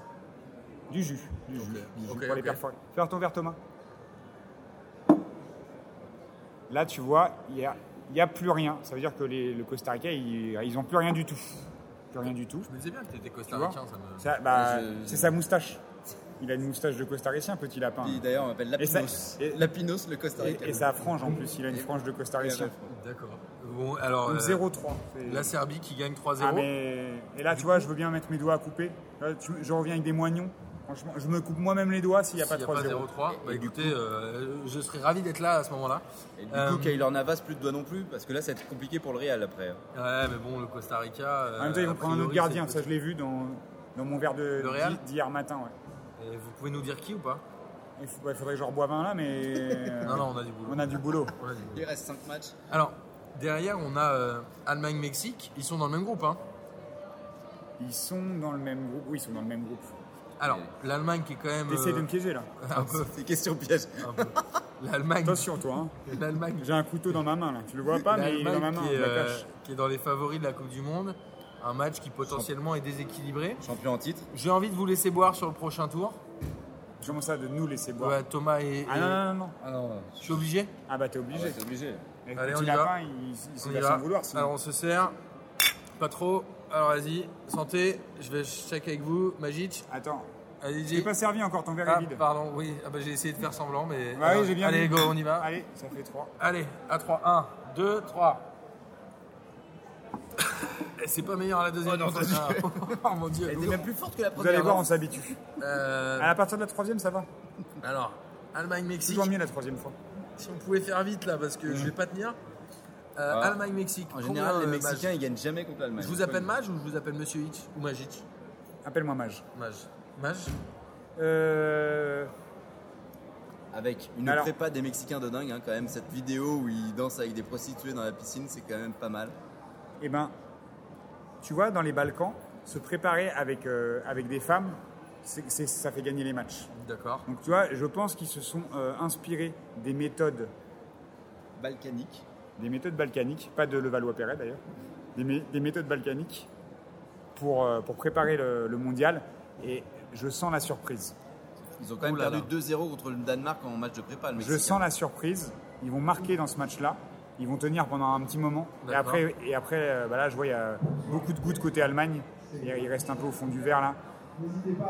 [SPEAKER 3] Du jus. Du jus,
[SPEAKER 1] Ok,
[SPEAKER 3] du jus
[SPEAKER 1] ok,
[SPEAKER 3] pour les
[SPEAKER 1] ok.
[SPEAKER 3] perforer. Faire ton verre, Thomas. Là, tu vois, il n'y a, il y a plus rien. Ça veut dire que les, le Costa Rica, ils n'ont plus rien du tout. Plus rien du tout.
[SPEAKER 1] Je me disais bien que t'étais
[SPEAKER 3] Tu
[SPEAKER 1] Costa
[SPEAKER 3] vois
[SPEAKER 1] Ricain, ça me.
[SPEAKER 3] Ça,
[SPEAKER 1] Ah,
[SPEAKER 3] bah,
[SPEAKER 2] Je-
[SPEAKER 3] C'est sa moustache. Il a une moustache de costaricien, petit lapin.
[SPEAKER 2] Puis D'ailleurs, on m'appelle
[SPEAKER 3] Et ça-
[SPEAKER 2] Lapinos.
[SPEAKER 3] et-
[SPEAKER 2] Lapinos, le Costa Rica.
[SPEAKER 3] Et, et sa frange en plus, il a une frange de costaricien.
[SPEAKER 1] D'accord. Bon, alors.
[SPEAKER 3] Donc
[SPEAKER 1] euh,
[SPEAKER 3] 0-3. c'est-
[SPEAKER 1] La Serbie qui gagne 3-0.
[SPEAKER 3] Ah, mais... Et là, tu vois, je veux bien mettre mes doigts à couper. Là, tu- Je reviens avec des moignons. Franchement, je me coupe moi-même les doigts s'il n'y a pas
[SPEAKER 1] S'il y
[SPEAKER 3] 3-0.
[SPEAKER 1] 0-3, bah écoutez, euh, je serais ravi d'être là à ce moment-là.
[SPEAKER 2] Et du
[SPEAKER 1] Euh,
[SPEAKER 2] coup, Kaylor Navas, plus de doigts non plus, parce que là, ça va être compliqué pour le Real après. hein.
[SPEAKER 1] Ouais, mais bon, le Costa Rica. euh,
[SPEAKER 3] En même temps, ils vont
[SPEAKER 1] a
[SPEAKER 3] prendre un autre
[SPEAKER 1] priori,
[SPEAKER 3] gardien.
[SPEAKER 1] c'est-
[SPEAKER 3] Ça, je l'ai vu dans, dans mon verre de-
[SPEAKER 1] Le Real
[SPEAKER 3] d'hi- d'hier matin. ouais.
[SPEAKER 1] Et vous pouvez nous dire qui ou pas
[SPEAKER 3] Il faut- ouais, faudrait que je reboive un là, mais euh,
[SPEAKER 1] Non, non, on a du boulot.
[SPEAKER 3] on a du boulot.
[SPEAKER 1] On a du boulot.
[SPEAKER 2] Il reste 5 matchs.
[SPEAKER 1] Alors, derrière, on a euh, Allemagne-Mexique. Ils sont dans le même groupe. Hein.
[SPEAKER 3] Ils sont dans le même groupe. Oui, ils sont dans le même groupe.
[SPEAKER 1] Alors, l'Allemagne qui est quand même.
[SPEAKER 3] T'essayes de
[SPEAKER 1] euh,
[SPEAKER 3] me piéger là.
[SPEAKER 1] un peu,
[SPEAKER 2] C'est question piège.
[SPEAKER 1] un peu. L'Allemagne.
[SPEAKER 3] Attention, toi. hein.
[SPEAKER 1] L'Allemagne.
[SPEAKER 3] J'ai un couteau dans ma main là. Tu le vois pas, mais il est dans ma
[SPEAKER 1] l'Allemagne
[SPEAKER 3] main.
[SPEAKER 1] qui, est,
[SPEAKER 3] je la
[SPEAKER 1] euh,
[SPEAKER 3] cache.
[SPEAKER 1] qui est dans les favoris de la Coupe du Monde. Un match qui potentiellement est déséquilibré.
[SPEAKER 2] Champion en titre.
[SPEAKER 1] J'ai envie de vous laisser boire sur le prochain tour.
[SPEAKER 3] Tu commences à de nous laisser boire.
[SPEAKER 1] Ouais, Thomas et.
[SPEAKER 3] Ah
[SPEAKER 1] et-
[SPEAKER 3] non, non, non, non.
[SPEAKER 2] Ah non,
[SPEAKER 1] Je suis obligé
[SPEAKER 3] Ah bah t'es obligé.
[SPEAKER 2] c'est obligé.
[SPEAKER 3] Le
[SPEAKER 1] Allez, on
[SPEAKER 3] petit
[SPEAKER 1] y va.
[SPEAKER 3] lapin, il, il s'en
[SPEAKER 1] On y
[SPEAKER 3] va
[SPEAKER 1] va.
[SPEAKER 3] sans vouloir. sinon.
[SPEAKER 1] Alors on se sert. Pas trop. Alors vas-y, santé. Je vais check avec vous. Magic.
[SPEAKER 3] Attends,
[SPEAKER 1] Allez-y.
[SPEAKER 3] j'ai pas servi encore, ton verre
[SPEAKER 1] Ah,
[SPEAKER 3] est vide.
[SPEAKER 1] pardon, oui. Ah, bah, j'ai essayé de faire semblant, mais.
[SPEAKER 3] Bah oui, j'ai bien
[SPEAKER 1] Allez,
[SPEAKER 3] vu.
[SPEAKER 1] go, on y va.
[SPEAKER 3] Allez, ça fait 3.
[SPEAKER 1] Allez, à 3, 1, 2, 3. Eh, C'est pas meilleur à la deuxième.
[SPEAKER 2] Oh non,
[SPEAKER 1] fois. Ah, oh mon dieu.
[SPEAKER 2] Elle était même plus forte que la
[SPEAKER 3] Vous
[SPEAKER 2] première. hein.
[SPEAKER 3] allez voir,
[SPEAKER 2] non
[SPEAKER 3] on s'habitue.
[SPEAKER 1] Euh,
[SPEAKER 3] À partir de la troisième, ça va.
[SPEAKER 1] alors, Allemagne-Mexique.
[SPEAKER 3] Ah. Toujours mieux Mmh. la troisième fois.
[SPEAKER 1] Si on pouvait faire vite là, parce que je vais pas tenir. Euh,
[SPEAKER 2] Ah.
[SPEAKER 1] Allemagne-Mexique.
[SPEAKER 2] En général,
[SPEAKER 1] Combien,
[SPEAKER 2] les
[SPEAKER 1] euh,
[SPEAKER 2] Mexicains,
[SPEAKER 1] Maj
[SPEAKER 2] ils gagnent jamais contre l'Allemagne.
[SPEAKER 1] Je vous appelle Maj ou je vous appelle Monsieur Hitch ou Magic
[SPEAKER 3] Appelle-moi Mage.
[SPEAKER 1] Maj. Maj
[SPEAKER 3] Euh...
[SPEAKER 2] Avec une
[SPEAKER 3] Alors.
[SPEAKER 2] prépa des Mexicains de dingue, hein, quand même. Cette vidéo où ils dansent avec des prostituées dans la piscine, c'est quand même pas mal.
[SPEAKER 3] Eh ben, tu vois, dans les Balkans, se préparer avec, euh, avec des femmes, c'est- c'est- ça fait gagner les matchs.
[SPEAKER 1] D'accord.
[SPEAKER 3] Donc tu vois, je pense qu'ils se sont euh, inspirés des méthodes,
[SPEAKER 2] Balkanique.
[SPEAKER 3] des méthodes balkaniques, pas de Levallois-Perret d'ailleurs, des, mé- des méthodes balkaniques pour, euh, pour préparer le, le mondial. Et je sens la surprise.
[SPEAKER 2] Ils ont quand même
[SPEAKER 1] Ouh là
[SPEAKER 2] perdu 2-0 contre le Danemark en match de prépa. Le
[SPEAKER 3] Je sens la surprise. Ils vont marquer dans ce match-là. Ils vont tenir pendant un petit moment. Et
[SPEAKER 1] D'accord.
[SPEAKER 3] après, et après euh, bah là, je vois, il y a beaucoup de gouttes côté Allemagne. Et ils restent un peu au fond du verre, là.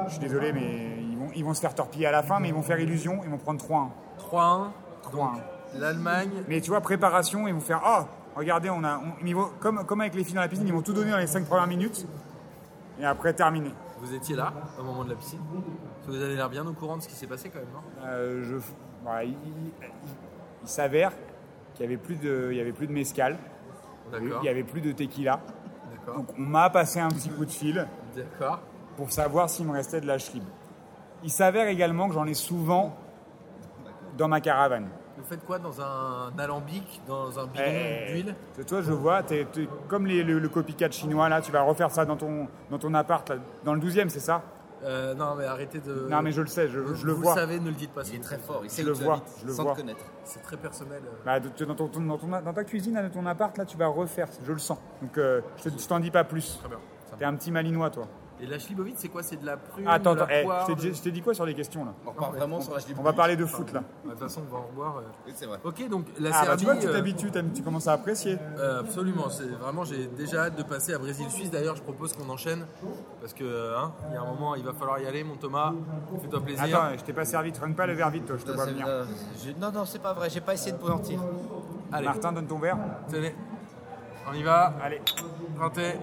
[SPEAKER 3] Je suis désolé, mais ils vont, ils vont se faire torpiller à la fin, mais ils vont faire illusion. Ils vont prendre 3-1.
[SPEAKER 1] 3-1.
[SPEAKER 3] 3-1.
[SPEAKER 1] L'Allemagne.
[SPEAKER 3] Mais tu vois, préparation, ils vont faire Ah, regardez, on a, on- ils vont- comme, comme avec les filles dans la piscine, ils vont tout donner dans les 5 premières minutes. Et après, terminé.
[SPEAKER 1] Vous étiez là au moment de la piscine. Vous avez l'air bien au courant de ce qui s'est passé quand même, hein. non
[SPEAKER 3] Euh, je, voilà, il, il- il s'avère qu'il n'y avait, plus de- il y avait plus de mescal. Il
[SPEAKER 1] D'accord.
[SPEAKER 3] n'y avait plus de tequila.
[SPEAKER 1] D'accord.
[SPEAKER 3] Donc on m'a passé un petit coup de fil
[SPEAKER 1] D'accord.
[SPEAKER 3] pour savoir s'il me restait de la schlib. Il s'avère également que j'en ai souvent dans ma caravane.
[SPEAKER 1] Vous faites quoi dans un alambic, dans un bidon
[SPEAKER 3] Eh,
[SPEAKER 1] d'huile
[SPEAKER 3] c'est Toi, je vois, t'es- t'es comme les- le, le copycat chinois, là, tu vas refaire ça dans ton, dans ton appart, là, dans le 12e, c'est ça
[SPEAKER 1] Euh, non, mais arrêtez de.
[SPEAKER 3] Non, mais je le sais, je, je le
[SPEAKER 1] vous
[SPEAKER 3] vois.
[SPEAKER 1] le savez, ne le dites pas.
[SPEAKER 2] Il
[SPEAKER 1] s'il
[SPEAKER 2] est
[SPEAKER 1] vous
[SPEAKER 2] très
[SPEAKER 1] plaît.
[SPEAKER 2] fort, il sait
[SPEAKER 3] Je le
[SPEAKER 2] où tu
[SPEAKER 3] vois,
[SPEAKER 2] habites,
[SPEAKER 3] je le
[SPEAKER 2] sans
[SPEAKER 3] vois.
[SPEAKER 2] te connaître.
[SPEAKER 1] C'est très personnel. euh.
[SPEAKER 3] Bah, de- dans, ton, dans ton- dans ta cuisine, dans ton appart, là, tu vas refaire, je le sens. Donc, euh, je te- je t'en dis pas plus.
[SPEAKER 1] Très bien. Ça
[SPEAKER 3] T'es un petit malinois, toi.
[SPEAKER 1] Et la schlibovite, c'est quoi C'est de la prune
[SPEAKER 3] Ah, attends,
[SPEAKER 1] de la
[SPEAKER 3] attends, eh,
[SPEAKER 1] poire,
[SPEAKER 3] je
[SPEAKER 1] de-
[SPEAKER 3] t'ai- je t'ai dit quoi sur les questions, là
[SPEAKER 2] On repart vraiment sur la
[SPEAKER 3] On va parler de foot, là.
[SPEAKER 1] Bah, De toute façon, on va en revoir. euh.
[SPEAKER 2] Oui, c'est vrai.
[SPEAKER 1] Ok, donc la
[SPEAKER 3] Ah, bah,
[SPEAKER 1] Serbie,
[SPEAKER 3] tu vois, tu
[SPEAKER 1] euh,
[SPEAKER 3] t'habitues, t'aimes- tu commences à apprécier.
[SPEAKER 1] euh, absolument. C'est vraiment, j'ai déjà hâte de passer à Brésil-Suisse. D'ailleurs, je propose qu'on enchaîne parce que hein, il y a un moment, il va falloir y aller. Mon Thomas, fais-toi plaisir.
[SPEAKER 3] Attends, je t'ai pas servi, tu ne pas le verre vide, toi, je te vois venir.
[SPEAKER 2] Euh, je- Non, non, c'est pas vrai, j'ai pas essayé de mentir.
[SPEAKER 1] Allez,
[SPEAKER 3] euh, Martin, donne ton verre.
[SPEAKER 1] tenez, on y va.
[SPEAKER 3] Allez.
[SPEAKER 1] Rentrez.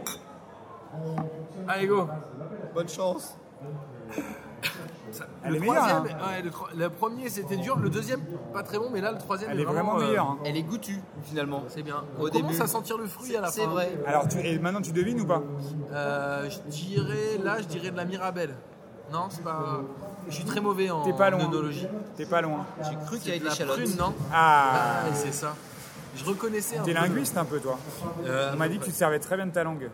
[SPEAKER 1] Allez, go.
[SPEAKER 2] Bonne chance.
[SPEAKER 3] Elle
[SPEAKER 1] le
[SPEAKER 3] est meilleure,
[SPEAKER 1] troisième,
[SPEAKER 3] hein.
[SPEAKER 1] ouais, le, tro- le premier c'était dur, le deuxième pas très bon, mais là le troisième
[SPEAKER 3] Elle est vraiment
[SPEAKER 1] euh,
[SPEAKER 3] meilleure. hein.
[SPEAKER 2] Elle est goûtue, finalement.
[SPEAKER 1] C'est bien.
[SPEAKER 2] Au
[SPEAKER 1] On commence
[SPEAKER 2] début.
[SPEAKER 1] à sentir le fruit à la fin.
[SPEAKER 2] C'est vrai.
[SPEAKER 3] Alors, tu, et maintenant, tu devines ou pas
[SPEAKER 1] Euh, je dirais, là, je dirais de la Mirabelle. Non, c'est pas. euh, Je suis très mauvais en
[SPEAKER 3] T'es pas loin.
[SPEAKER 1] nodologie.
[SPEAKER 3] T'es pas loin.
[SPEAKER 2] J'ai cru qu'il y
[SPEAKER 1] C'est
[SPEAKER 2] avait
[SPEAKER 1] de
[SPEAKER 2] de
[SPEAKER 1] la
[SPEAKER 2] l'échalote.
[SPEAKER 1] prune, non
[SPEAKER 3] Ah
[SPEAKER 1] Ah, c'est ça. Je reconnaissais un
[SPEAKER 3] T'es
[SPEAKER 1] peu.
[SPEAKER 3] linguiste un peu, toi.
[SPEAKER 1] Euh,
[SPEAKER 3] On m'a dit que tu te servais très bien de ta langue.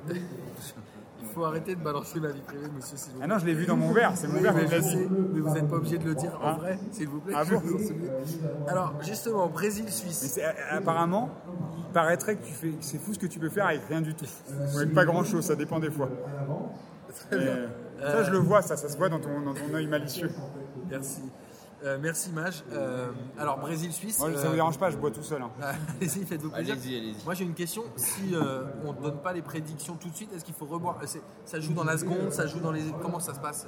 [SPEAKER 1] Il faut arrêter de balancer ma vie privée, monsieur, s'il vous
[SPEAKER 3] Ah
[SPEAKER 1] plaît.
[SPEAKER 3] non, je l'ai vu dans mon verre, c'est mon
[SPEAKER 1] Oui,
[SPEAKER 3] verre, Ah, mais
[SPEAKER 1] mais je
[SPEAKER 3] vas-y.
[SPEAKER 1] sais, mais vous n'êtes pas obligé de le dire en
[SPEAKER 3] Ah.
[SPEAKER 1] vrai, s'il vous plaît.
[SPEAKER 3] Ah bon
[SPEAKER 1] Je vous en supplie. Alors, justement,
[SPEAKER 3] Mais
[SPEAKER 1] Brésil-Suisse.
[SPEAKER 3] c'est- euh, apparemment, il paraîtrait que tu fais, que c'est fou ce que tu peux faire avec rien du tout. Avec pas grand chose, ça dépend des fois. Mais, ça, je
[SPEAKER 1] Euh.
[SPEAKER 3] le vois, ça, ça se voit dans ton, dans ton œil malicieux.
[SPEAKER 1] Merci. Euh, merci, Maj. Euh, alors, Brésil-Suisse.
[SPEAKER 3] Moi, ça
[SPEAKER 1] euh,
[SPEAKER 3] vous dérange pas, je bois tout seul. hein.
[SPEAKER 1] Allez-y, faites-vous plaisir.
[SPEAKER 2] Allez-y, allez-y.
[SPEAKER 1] Moi j'ai une question, si euh, on ne donne pas les prédictions tout de suite, est-ce qu'il faut revoir euh, C'est- Ça joue dans la seconde, ça joue dans les... Comment ça se passe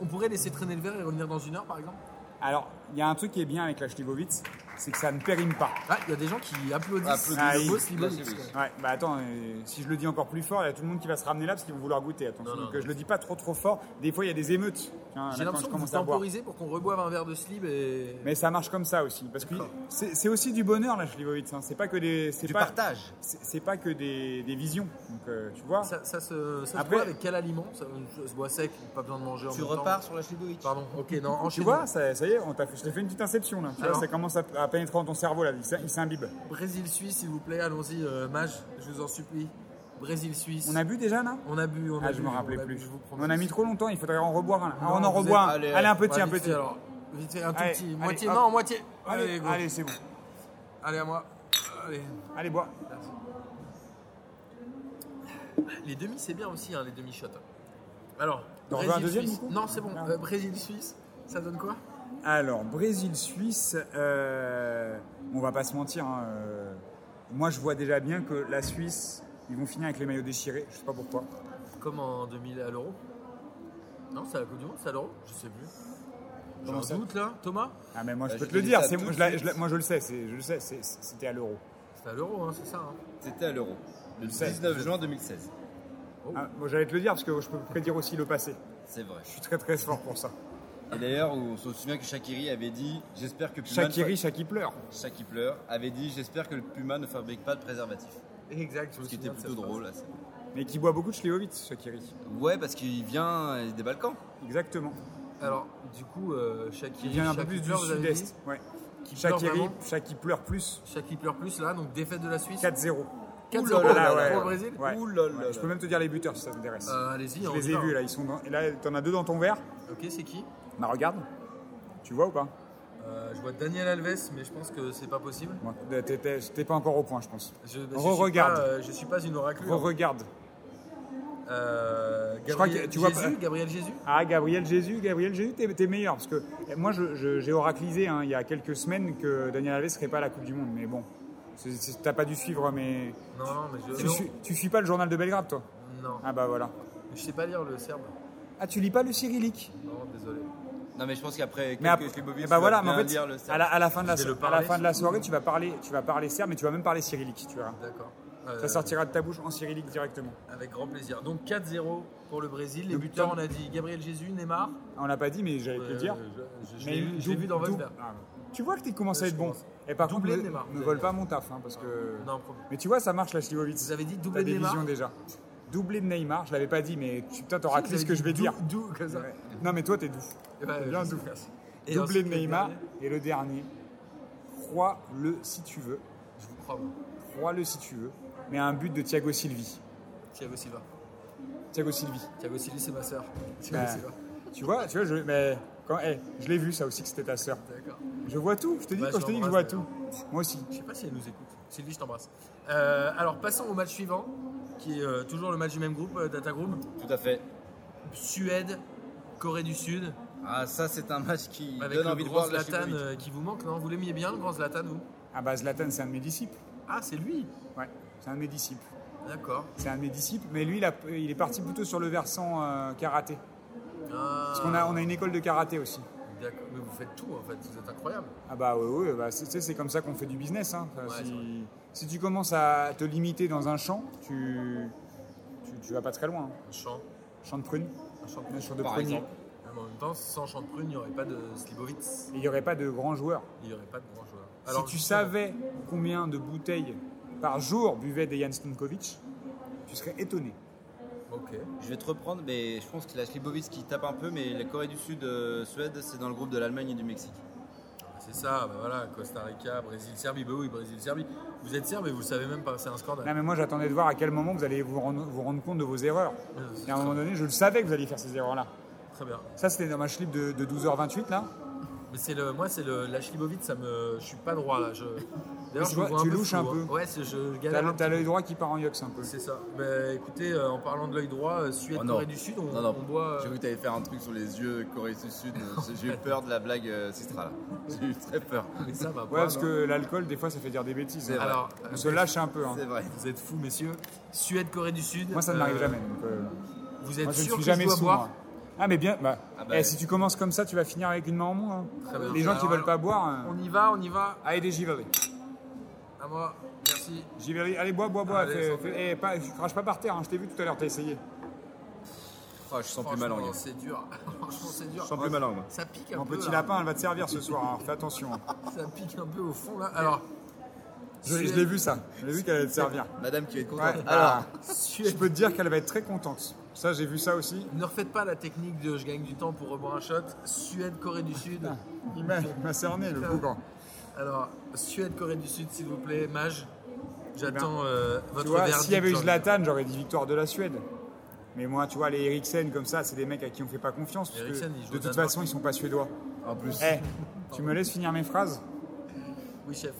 [SPEAKER 1] On pourrait laisser traîner le verre et revenir dans une heure par exemple
[SPEAKER 3] Alors, il y a un truc qui est bien avec la Schlivovitz, c'est que ça ne périme pas.
[SPEAKER 1] Ah, il y a des gens qui applaudissent.
[SPEAKER 2] Applaudissent.
[SPEAKER 1] le
[SPEAKER 3] Ah,
[SPEAKER 1] mot
[SPEAKER 3] oui.
[SPEAKER 1] Slivovitz,
[SPEAKER 2] Là, c'est
[SPEAKER 1] quoi.
[SPEAKER 3] Ouais, bah attends, euh, si je le dis encore plus fort, il y a tout le monde qui va se ramener là parce qu'ils vont vouloir goûter. Attention,
[SPEAKER 1] Non, non,
[SPEAKER 3] donc euh, je le dis pas trop trop fort. Des fois, il y a des émeutes. hein,
[SPEAKER 1] J'ai
[SPEAKER 3] là, quand
[SPEAKER 1] l'impression
[SPEAKER 3] je
[SPEAKER 1] que vous
[SPEAKER 3] commence à boire.
[SPEAKER 1] temporisez pour qu'on reboive un verre de slib et...
[SPEAKER 3] Mais ça marche comme ça aussi, parce que c'est c'est aussi du bonheur la Schlivovitz. hein. C'est pas que des, c'est
[SPEAKER 2] Du
[SPEAKER 3] pas,
[SPEAKER 2] partage.
[SPEAKER 3] c'est c'est pas que des, des visions. Donc euh, tu vois.
[SPEAKER 1] Ça, ça se, ça se
[SPEAKER 3] Après-
[SPEAKER 1] boit avec quel aliment ça, ça se boit sec, pas besoin de manger en
[SPEAKER 2] Tu
[SPEAKER 1] même temps.
[SPEAKER 2] repars sur la Schlibovic.
[SPEAKER 1] Pardon, ok, non,
[SPEAKER 3] Tu
[SPEAKER 1] enchaîne.
[SPEAKER 3] vois, ça, ça y est, on t'a fait, je t'ai fait une petite inception là. Tu vois,
[SPEAKER 1] Alors
[SPEAKER 3] ça commence à, à pénétrer dans ton cerveau là, il s'im- il s'imbibe.
[SPEAKER 1] Brésil-Suisse, s'il vous plaît, allons-y, euh, Maj, je vous en supplie. Brésil-Suisse.
[SPEAKER 3] On a bu déjà là
[SPEAKER 1] On a bu, on a
[SPEAKER 3] Ah, je
[SPEAKER 1] bu,
[SPEAKER 3] me
[SPEAKER 1] on
[SPEAKER 3] rappelais
[SPEAKER 1] a bu,
[SPEAKER 3] plus.
[SPEAKER 1] je vous promets.
[SPEAKER 3] on en a mis trop longtemps, il faudrait en reboire un. là. Ah, on en
[SPEAKER 1] vous
[SPEAKER 3] reboit un.
[SPEAKER 2] êtes-
[SPEAKER 3] Allez,
[SPEAKER 2] allez,
[SPEAKER 3] un petit,
[SPEAKER 1] Ouais,
[SPEAKER 3] un
[SPEAKER 1] vite
[SPEAKER 3] petit.
[SPEAKER 1] fait, alors, vite fait, un tout
[SPEAKER 3] Allez,
[SPEAKER 1] petit.
[SPEAKER 3] allez,
[SPEAKER 1] moitié,
[SPEAKER 3] hop.
[SPEAKER 1] non, moitié. Allez,
[SPEAKER 3] Allez,
[SPEAKER 1] go.
[SPEAKER 3] allez, c'est bon.
[SPEAKER 1] Allez, à moi. Allez.
[SPEAKER 3] Allez, bois.
[SPEAKER 1] Les demi, c'est bien aussi, hein, les demi-shots. Alors,
[SPEAKER 3] T'en veux un deuxième,
[SPEAKER 1] Brésil-Suisse.
[SPEAKER 3] du coup
[SPEAKER 1] Non, c'est bon.
[SPEAKER 3] Ah.
[SPEAKER 1] Euh, Brésil-Suisse, ça donne quoi
[SPEAKER 3] Alors, Brésil-Suisse, euh, on va pas se mentir. hein, euh, moi, je vois déjà bien que la Suisse, ils vont finir avec les maillots déchirés. Je sais pas pourquoi.
[SPEAKER 1] Comme en 2000 à l'euro Non, c'est à la Coupe du Monde, c'est à l'euro Je sais plus. J'ai
[SPEAKER 3] Comment
[SPEAKER 1] un
[SPEAKER 3] ça
[SPEAKER 1] doute là, Thomas
[SPEAKER 3] Ah, mais moi, je
[SPEAKER 2] Bah,
[SPEAKER 3] peux
[SPEAKER 2] je
[SPEAKER 3] te le
[SPEAKER 2] te dis
[SPEAKER 3] dire.
[SPEAKER 2] ça
[SPEAKER 3] c'est-
[SPEAKER 2] tout
[SPEAKER 3] moi,
[SPEAKER 2] de
[SPEAKER 3] je la-
[SPEAKER 2] suite.
[SPEAKER 3] je la- moi, je le sais. c'est- Je le sais. c'est- C'était à l'euro.
[SPEAKER 1] C'est à l'euro, hein, c'est ça. hein.
[SPEAKER 2] C'était à l'euro. Le
[SPEAKER 3] sais.
[SPEAKER 2] 19 juin 2016.
[SPEAKER 3] Ah, moi, j'allais te le dire parce que je peux prédire aussi le passé.
[SPEAKER 2] C'est vrai.
[SPEAKER 3] Je suis très très fort pour ça.
[SPEAKER 2] Et d'ailleurs, on se souvient que Shakiri avait dit J'espère que Puma. ne
[SPEAKER 3] Shakiri, Shaki pleure.
[SPEAKER 2] fa- Shaki pleure, avait dit J'espère que le Puma ne fabrique pas de préservatif.
[SPEAKER 1] Exact, je me
[SPEAKER 2] Ce qui était
[SPEAKER 1] souviens de
[SPEAKER 2] plutôt
[SPEAKER 1] cette
[SPEAKER 2] drôle. là,
[SPEAKER 3] Mais qui boit beaucoup de Schlivovitz, Shakiri.
[SPEAKER 2] c'est- Ouais, parce qu'il vient euh, des Balkans.
[SPEAKER 3] Exactement.
[SPEAKER 1] phrase. Alors, du coup, euh, Shakiri,
[SPEAKER 3] Il vient un peu
[SPEAKER 1] Shaki
[SPEAKER 3] plus du
[SPEAKER 1] pleure, vous avez dit
[SPEAKER 3] sud-est. Ouais.
[SPEAKER 1] Qui pleure
[SPEAKER 3] Shakiri,
[SPEAKER 1] vraiment
[SPEAKER 3] Shaki pleure plus.
[SPEAKER 1] Shaki pleure plus là, donc défaite de la Suisse.
[SPEAKER 3] 4-0.
[SPEAKER 1] 4-0
[SPEAKER 2] Ouh là là
[SPEAKER 1] pour
[SPEAKER 2] là
[SPEAKER 1] le
[SPEAKER 2] là.
[SPEAKER 1] Brésil
[SPEAKER 3] Ouais.
[SPEAKER 2] Ouh là là
[SPEAKER 3] Ouais,
[SPEAKER 2] là.
[SPEAKER 3] Je peux même te dire les buteurs si ça t'intéresse.
[SPEAKER 1] Euh, Allez-y,
[SPEAKER 3] je
[SPEAKER 1] on
[SPEAKER 3] les
[SPEAKER 1] y
[SPEAKER 3] ai
[SPEAKER 1] va.
[SPEAKER 3] vus là, ils sont dans... et là t'en as deux dans ton verre.
[SPEAKER 1] Ok, c'est qui
[SPEAKER 3] Bah regarde, tu vois ou pas
[SPEAKER 1] Euh, Je vois Daniel Alves, mais je pense que c'est pas possible.
[SPEAKER 3] Bon, t'es- T'es t'es pas encore au point je pense.
[SPEAKER 1] Je, je
[SPEAKER 3] Re-regarde.
[SPEAKER 1] Suis pas, euh, je suis pas une oraclure.
[SPEAKER 3] Regarde.
[SPEAKER 1] Euh,
[SPEAKER 3] Je crois
[SPEAKER 1] Gabriel,
[SPEAKER 3] que tu vois
[SPEAKER 1] Jésus,
[SPEAKER 3] pas-
[SPEAKER 1] Gabriel Jésus
[SPEAKER 3] Ah Gabriel Jésus, Gabriel Jésus, t'es t'es meilleur parce que eh, moi je- je- j'ai oraclisé hein, il y a quelques semaines que Daniel Alves serait pas à la Coupe du Monde, mais bon, c'est- c'est- t'as pas dû suivre, mais
[SPEAKER 1] Non, non, mais je.
[SPEAKER 3] tu,
[SPEAKER 1] Euh, non.
[SPEAKER 3] suis- tu suis pas le journal de Belgrade toi
[SPEAKER 1] Non,
[SPEAKER 3] Ah bah voilà.
[SPEAKER 1] je sais pas lire le serbe.
[SPEAKER 3] Ah tu lis pas le cyrillique
[SPEAKER 1] Non, désolé.
[SPEAKER 2] Non, mais je pense qu'après
[SPEAKER 3] Mais après,
[SPEAKER 2] quelques Schlibovic,
[SPEAKER 3] eh ben
[SPEAKER 2] tu
[SPEAKER 3] voilà,
[SPEAKER 2] vas
[SPEAKER 3] mais en
[SPEAKER 2] bien
[SPEAKER 3] fait,
[SPEAKER 2] lire le
[SPEAKER 3] à la, à la fin de la,
[SPEAKER 1] Je vais
[SPEAKER 3] so-
[SPEAKER 1] le
[SPEAKER 3] à la
[SPEAKER 1] parler,
[SPEAKER 3] fin de la
[SPEAKER 1] surtout.
[SPEAKER 3] soirée, tu vas parler, tu vas parler serbe, mais tu vas même parler cyrillique, tu verras.
[SPEAKER 1] D'accord. Euh,
[SPEAKER 3] Ça sortira de ta bouche en cyrillique directement.
[SPEAKER 1] Avec grand plaisir. Donc 4-0 pour le Brésil. Les
[SPEAKER 3] Donc,
[SPEAKER 1] buteurs,
[SPEAKER 3] Tom-
[SPEAKER 1] on a dit Gabriel Jésus, Neymar.
[SPEAKER 3] On l'a pas dit, mais j'allais te le
[SPEAKER 1] Euh,
[SPEAKER 3] dire.
[SPEAKER 1] je- je- Je
[SPEAKER 3] Mais
[SPEAKER 1] l'ai vu- je l'ai
[SPEAKER 3] dou-
[SPEAKER 1] vu dans
[SPEAKER 3] dou-
[SPEAKER 1] votre verre.
[SPEAKER 3] Ah, Tu vois que tu commences à
[SPEAKER 1] Euh,
[SPEAKER 3] être
[SPEAKER 1] je
[SPEAKER 3] bon.
[SPEAKER 1] commence.
[SPEAKER 3] Et par contre,
[SPEAKER 1] Doublé
[SPEAKER 3] ne
[SPEAKER 1] de Neymar, vous
[SPEAKER 3] ne
[SPEAKER 1] avez
[SPEAKER 3] vole
[SPEAKER 1] dit.
[SPEAKER 3] pas mon taf, hein, parce que.
[SPEAKER 1] Non, promis.
[SPEAKER 3] Mais tu vois, ça marche la Slivovitz.
[SPEAKER 1] Vous avez dit doublé
[SPEAKER 3] T'as
[SPEAKER 1] de
[SPEAKER 3] des
[SPEAKER 1] Neymar
[SPEAKER 3] visions déjà. Doublé de Neymar, je l'avais pas dit, mais tu, putain, t'auras
[SPEAKER 1] Vous
[SPEAKER 3] clé
[SPEAKER 1] avez
[SPEAKER 3] ce que
[SPEAKER 1] dit
[SPEAKER 3] je vais
[SPEAKER 1] dou-
[SPEAKER 3] dire.
[SPEAKER 1] dou- comme ça.
[SPEAKER 3] Ouais. Non, mais toi, t'es doux.
[SPEAKER 1] Ouais,
[SPEAKER 3] T'es
[SPEAKER 1] ouais,
[SPEAKER 3] bien
[SPEAKER 1] je sais,
[SPEAKER 3] doux.
[SPEAKER 1] merci. Et
[SPEAKER 3] Doublé
[SPEAKER 1] ensuite, euh,
[SPEAKER 3] de
[SPEAKER 1] le
[SPEAKER 3] Neymar
[SPEAKER 1] dernier,
[SPEAKER 3] et le dernier. Crois-le si tu veux.
[SPEAKER 1] Je vous crois, moi.
[SPEAKER 3] Crois-le si tu veux. Mais un but de Thiago Silvi.
[SPEAKER 1] Thiago Silva.
[SPEAKER 3] Thiago Silvi.
[SPEAKER 1] Thiago Silva, c'est ma sœur. Thiago
[SPEAKER 3] Bah,
[SPEAKER 1] Silva.
[SPEAKER 3] Tu vois, tu vois, je, mais quand, eh, je l'ai vu ça aussi que c'était ta sœur.
[SPEAKER 1] D'accord.
[SPEAKER 3] Je vois tout. Je te dis
[SPEAKER 1] Bah, je
[SPEAKER 3] quand je te dis que je vois
[SPEAKER 1] l'embrasse,
[SPEAKER 3] tout. Moi aussi.
[SPEAKER 1] Je sais pas si elle nous écoute. Sylvie, je t'embrasse. Euh, alors, passons au match suivant, qui est euh, toujours le match du même groupe, euh, Data Group.
[SPEAKER 2] Tout à fait.
[SPEAKER 1] Suède, Corée du Sud,
[SPEAKER 2] Ah, ça, c'est un match qui
[SPEAKER 1] avec
[SPEAKER 2] donne
[SPEAKER 1] le
[SPEAKER 2] envie de
[SPEAKER 1] grand
[SPEAKER 2] voir de la
[SPEAKER 1] Zlatan
[SPEAKER 2] Chibouille.
[SPEAKER 1] euh, qui vous manque, non Vous l'aimiez bien, le grand Zlatan, vous
[SPEAKER 3] Ah bah Zlatan, c'est un de mes disciples.
[SPEAKER 1] Ah, c'est lui
[SPEAKER 3] Ouais, c'est un de mes disciples.
[SPEAKER 1] D'accord.
[SPEAKER 3] C'est un de mes disciples, mais lui, il, a- il est parti plutôt sur le versant euh, karaté.
[SPEAKER 1] Ah,
[SPEAKER 3] Parce qu'on a, on a une école de karaté aussi.
[SPEAKER 1] D'accord. Mais vous faites tout, en fait. Vous êtes incroyable.
[SPEAKER 3] Ah bah oui, oui, bah, c'est- tu sais, c'est comme ça qu'on fait du business. hein. Enfin,
[SPEAKER 1] Ouais, c'est vrai.
[SPEAKER 3] si, si tu commences à te limiter dans un champ, tu, tu, tu vas pas très loin. hein.
[SPEAKER 1] Un champ.
[SPEAKER 3] Champ de prune,
[SPEAKER 1] Un champ.
[SPEAKER 3] un champ de
[SPEAKER 2] Par
[SPEAKER 3] prunier.
[SPEAKER 2] exemple.
[SPEAKER 1] Ah, mais En même temps, sans champ de prune, il n'y aurait pas de Slivovitz.
[SPEAKER 3] Et Il n'y aurait pas de grands joueurs.
[SPEAKER 1] Il n'y aurait pas de grand joueur.
[SPEAKER 3] si tu
[SPEAKER 1] justement,
[SPEAKER 3] savais combien de bouteilles par jour buvait Dejan Stonkovic, tu serais étonné.
[SPEAKER 1] Ok.
[SPEAKER 2] Je vais te reprendre, mais je pense qu'il a Slibovic qui tape un peu, mais la Corée du Sud, euh, Suède, c'est dans le groupe de l'Allemagne et du Mexique.
[SPEAKER 1] C'est ça, bah voilà, Costa Rica, Brésil, Serbie. Bah oui, Brésil, Serbie. Vous êtes serbe et vous le savez même pas, c'est un scandale.
[SPEAKER 3] Non mais moi j'attendais de voir à quel moment vous allez vous rendre, vous rendre compte de vos erreurs.
[SPEAKER 1] Euh, c'est
[SPEAKER 3] Et à un moment donné, je le savais que vous alliez faire ces erreurs-là.
[SPEAKER 1] Très bien.
[SPEAKER 3] Ça c'était dans ma slip de, de 12h28 là.
[SPEAKER 1] Mais c'est le, moi, c'est le, la Schlibovitz, ça me, je suis pas droit là. Je,
[SPEAKER 3] Mais
[SPEAKER 1] d'ailleurs, je
[SPEAKER 3] tu vois,
[SPEAKER 1] me vois
[SPEAKER 3] tu
[SPEAKER 1] peu
[SPEAKER 3] louches
[SPEAKER 1] flou,
[SPEAKER 3] un
[SPEAKER 1] hein.
[SPEAKER 3] peu.
[SPEAKER 1] Ouais, c'est- je, je galère.
[SPEAKER 3] T'as
[SPEAKER 1] un petit
[SPEAKER 3] t'as
[SPEAKER 1] peu.
[SPEAKER 3] l'œil droit qui part en yox un peu.
[SPEAKER 1] C'est ça. Bah, écoutez, euh, en parlant de l'œil droit, euh, Suède,
[SPEAKER 2] Oh non.
[SPEAKER 1] Corée du Sud, on,
[SPEAKER 2] non, non,
[SPEAKER 1] on boit. euh,
[SPEAKER 2] J'ai cru que t'allais faire un truc sur les yeux Corée du Sud. euh, J'ai eu peur de la blague euh, Sistra là. J'ai eu très peur.
[SPEAKER 1] mais ça va pas.
[SPEAKER 3] Ouais parce
[SPEAKER 1] non.
[SPEAKER 3] que l'alcool des fois ça fait dire des bêtises.
[SPEAKER 2] C'est
[SPEAKER 3] hein.
[SPEAKER 2] vrai.
[SPEAKER 1] Alors, euh,
[SPEAKER 3] On se lâche un peu. hein.
[SPEAKER 2] C'est vrai.
[SPEAKER 1] vous êtes fous, messieurs. Suède, Corée du Sud.
[SPEAKER 3] Moi ça ne
[SPEAKER 1] euh,
[SPEAKER 3] m'arrive jamais. donc, euh,
[SPEAKER 1] Vous êtes
[SPEAKER 3] Moi je ne
[SPEAKER 1] sûr
[SPEAKER 3] suis
[SPEAKER 1] que je
[SPEAKER 3] jamais
[SPEAKER 1] dois
[SPEAKER 3] sous.
[SPEAKER 1] boire
[SPEAKER 3] moi. Ah mais bien, bah,
[SPEAKER 2] Ah bah,
[SPEAKER 3] eh, si tu commences comme ça tu vas finir avec une main en moins. hein.
[SPEAKER 1] Très bien.
[SPEAKER 3] Les gens qui
[SPEAKER 1] Alors,
[SPEAKER 3] veulent pas boire, hein.
[SPEAKER 1] On y va, on y va.
[SPEAKER 3] allez des givery.
[SPEAKER 1] À moi. Merci.
[SPEAKER 3] J'y vais, allez, bois, bois, bois.
[SPEAKER 1] Allez,
[SPEAKER 3] fais-
[SPEAKER 1] santé.
[SPEAKER 3] fais- eh, pas- tu craches pas par terre, hein, je t'ai vu tout à l'heure, t'as essayé.
[SPEAKER 2] Oh, je sens plus ma langue.
[SPEAKER 1] Franchement, C'est dur. Franchement, c'est dur.
[SPEAKER 2] Je sens plus ma langue. moi.
[SPEAKER 1] Ça pique un
[SPEAKER 3] Mon
[SPEAKER 1] peu.
[SPEAKER 3] petit
[SPEAKER 1] là.
[SPEAKER 3] lapin, elle va te servir ce soir, hein, fais attention. hein.
[SPEAKER 1] Ça pique un peu au fond là. Alors,
[SPEAKER 3] Je,
[SPEAKER 1] Suède-
[SPEAKER 3] je l'ai vu ça, je l'ai vu qu'elle allait te servir.
[SPEAKER 2] Madame qui va être contente.
[SPEAKER 3] Ouais,
[SPEAKER 2] Alors,
[SPEAKER 3] alors, je
[SPEAKER 1] Suède.
[SPEAKER 3] peux te dire qu'elle va être très contente. Ça, j'ai vu ça aussi.
[SPEAKER 1] Ne refaites pas la technique de je gagne du temps pour reboire un shot. Suède, Corée du Sud.
[SPEAKER 3] Il m'a il m'a cerné, Ah, le bougan.
[SPEAKER 1] Alors, Suède, Corée du Sud, s'il vous plaît, Mage. J'attends euh, votre
[SPEAKER 3] Tu vois,
[SPEAKER 1] verdict.
[SPEAKER 3] s'il y avait eu
[SPEAKER 1] Jean-Luc.
[SPEAKER 3] Zlatan, j'aurais dit victoire de la Suède. Mais moi, tu vois, les Eriksen comme ça, c'est des mecs à qui on fait pas confiance. Parce que,
[SPEAKER 1] Eriksen, il joue
[SPEAKER 3] de
[SPEAKER 1] au
[SPEAKER 3] toute
[SPEAKER 1] Danemark.
[SPEAKER 3] façon, ils sont pas suédois.
[SPEAKER 2] en plus,
[SPEAKER 3] Eh, tu me laisses finir mes phrases
[SPEAKER 1] Oui, chef.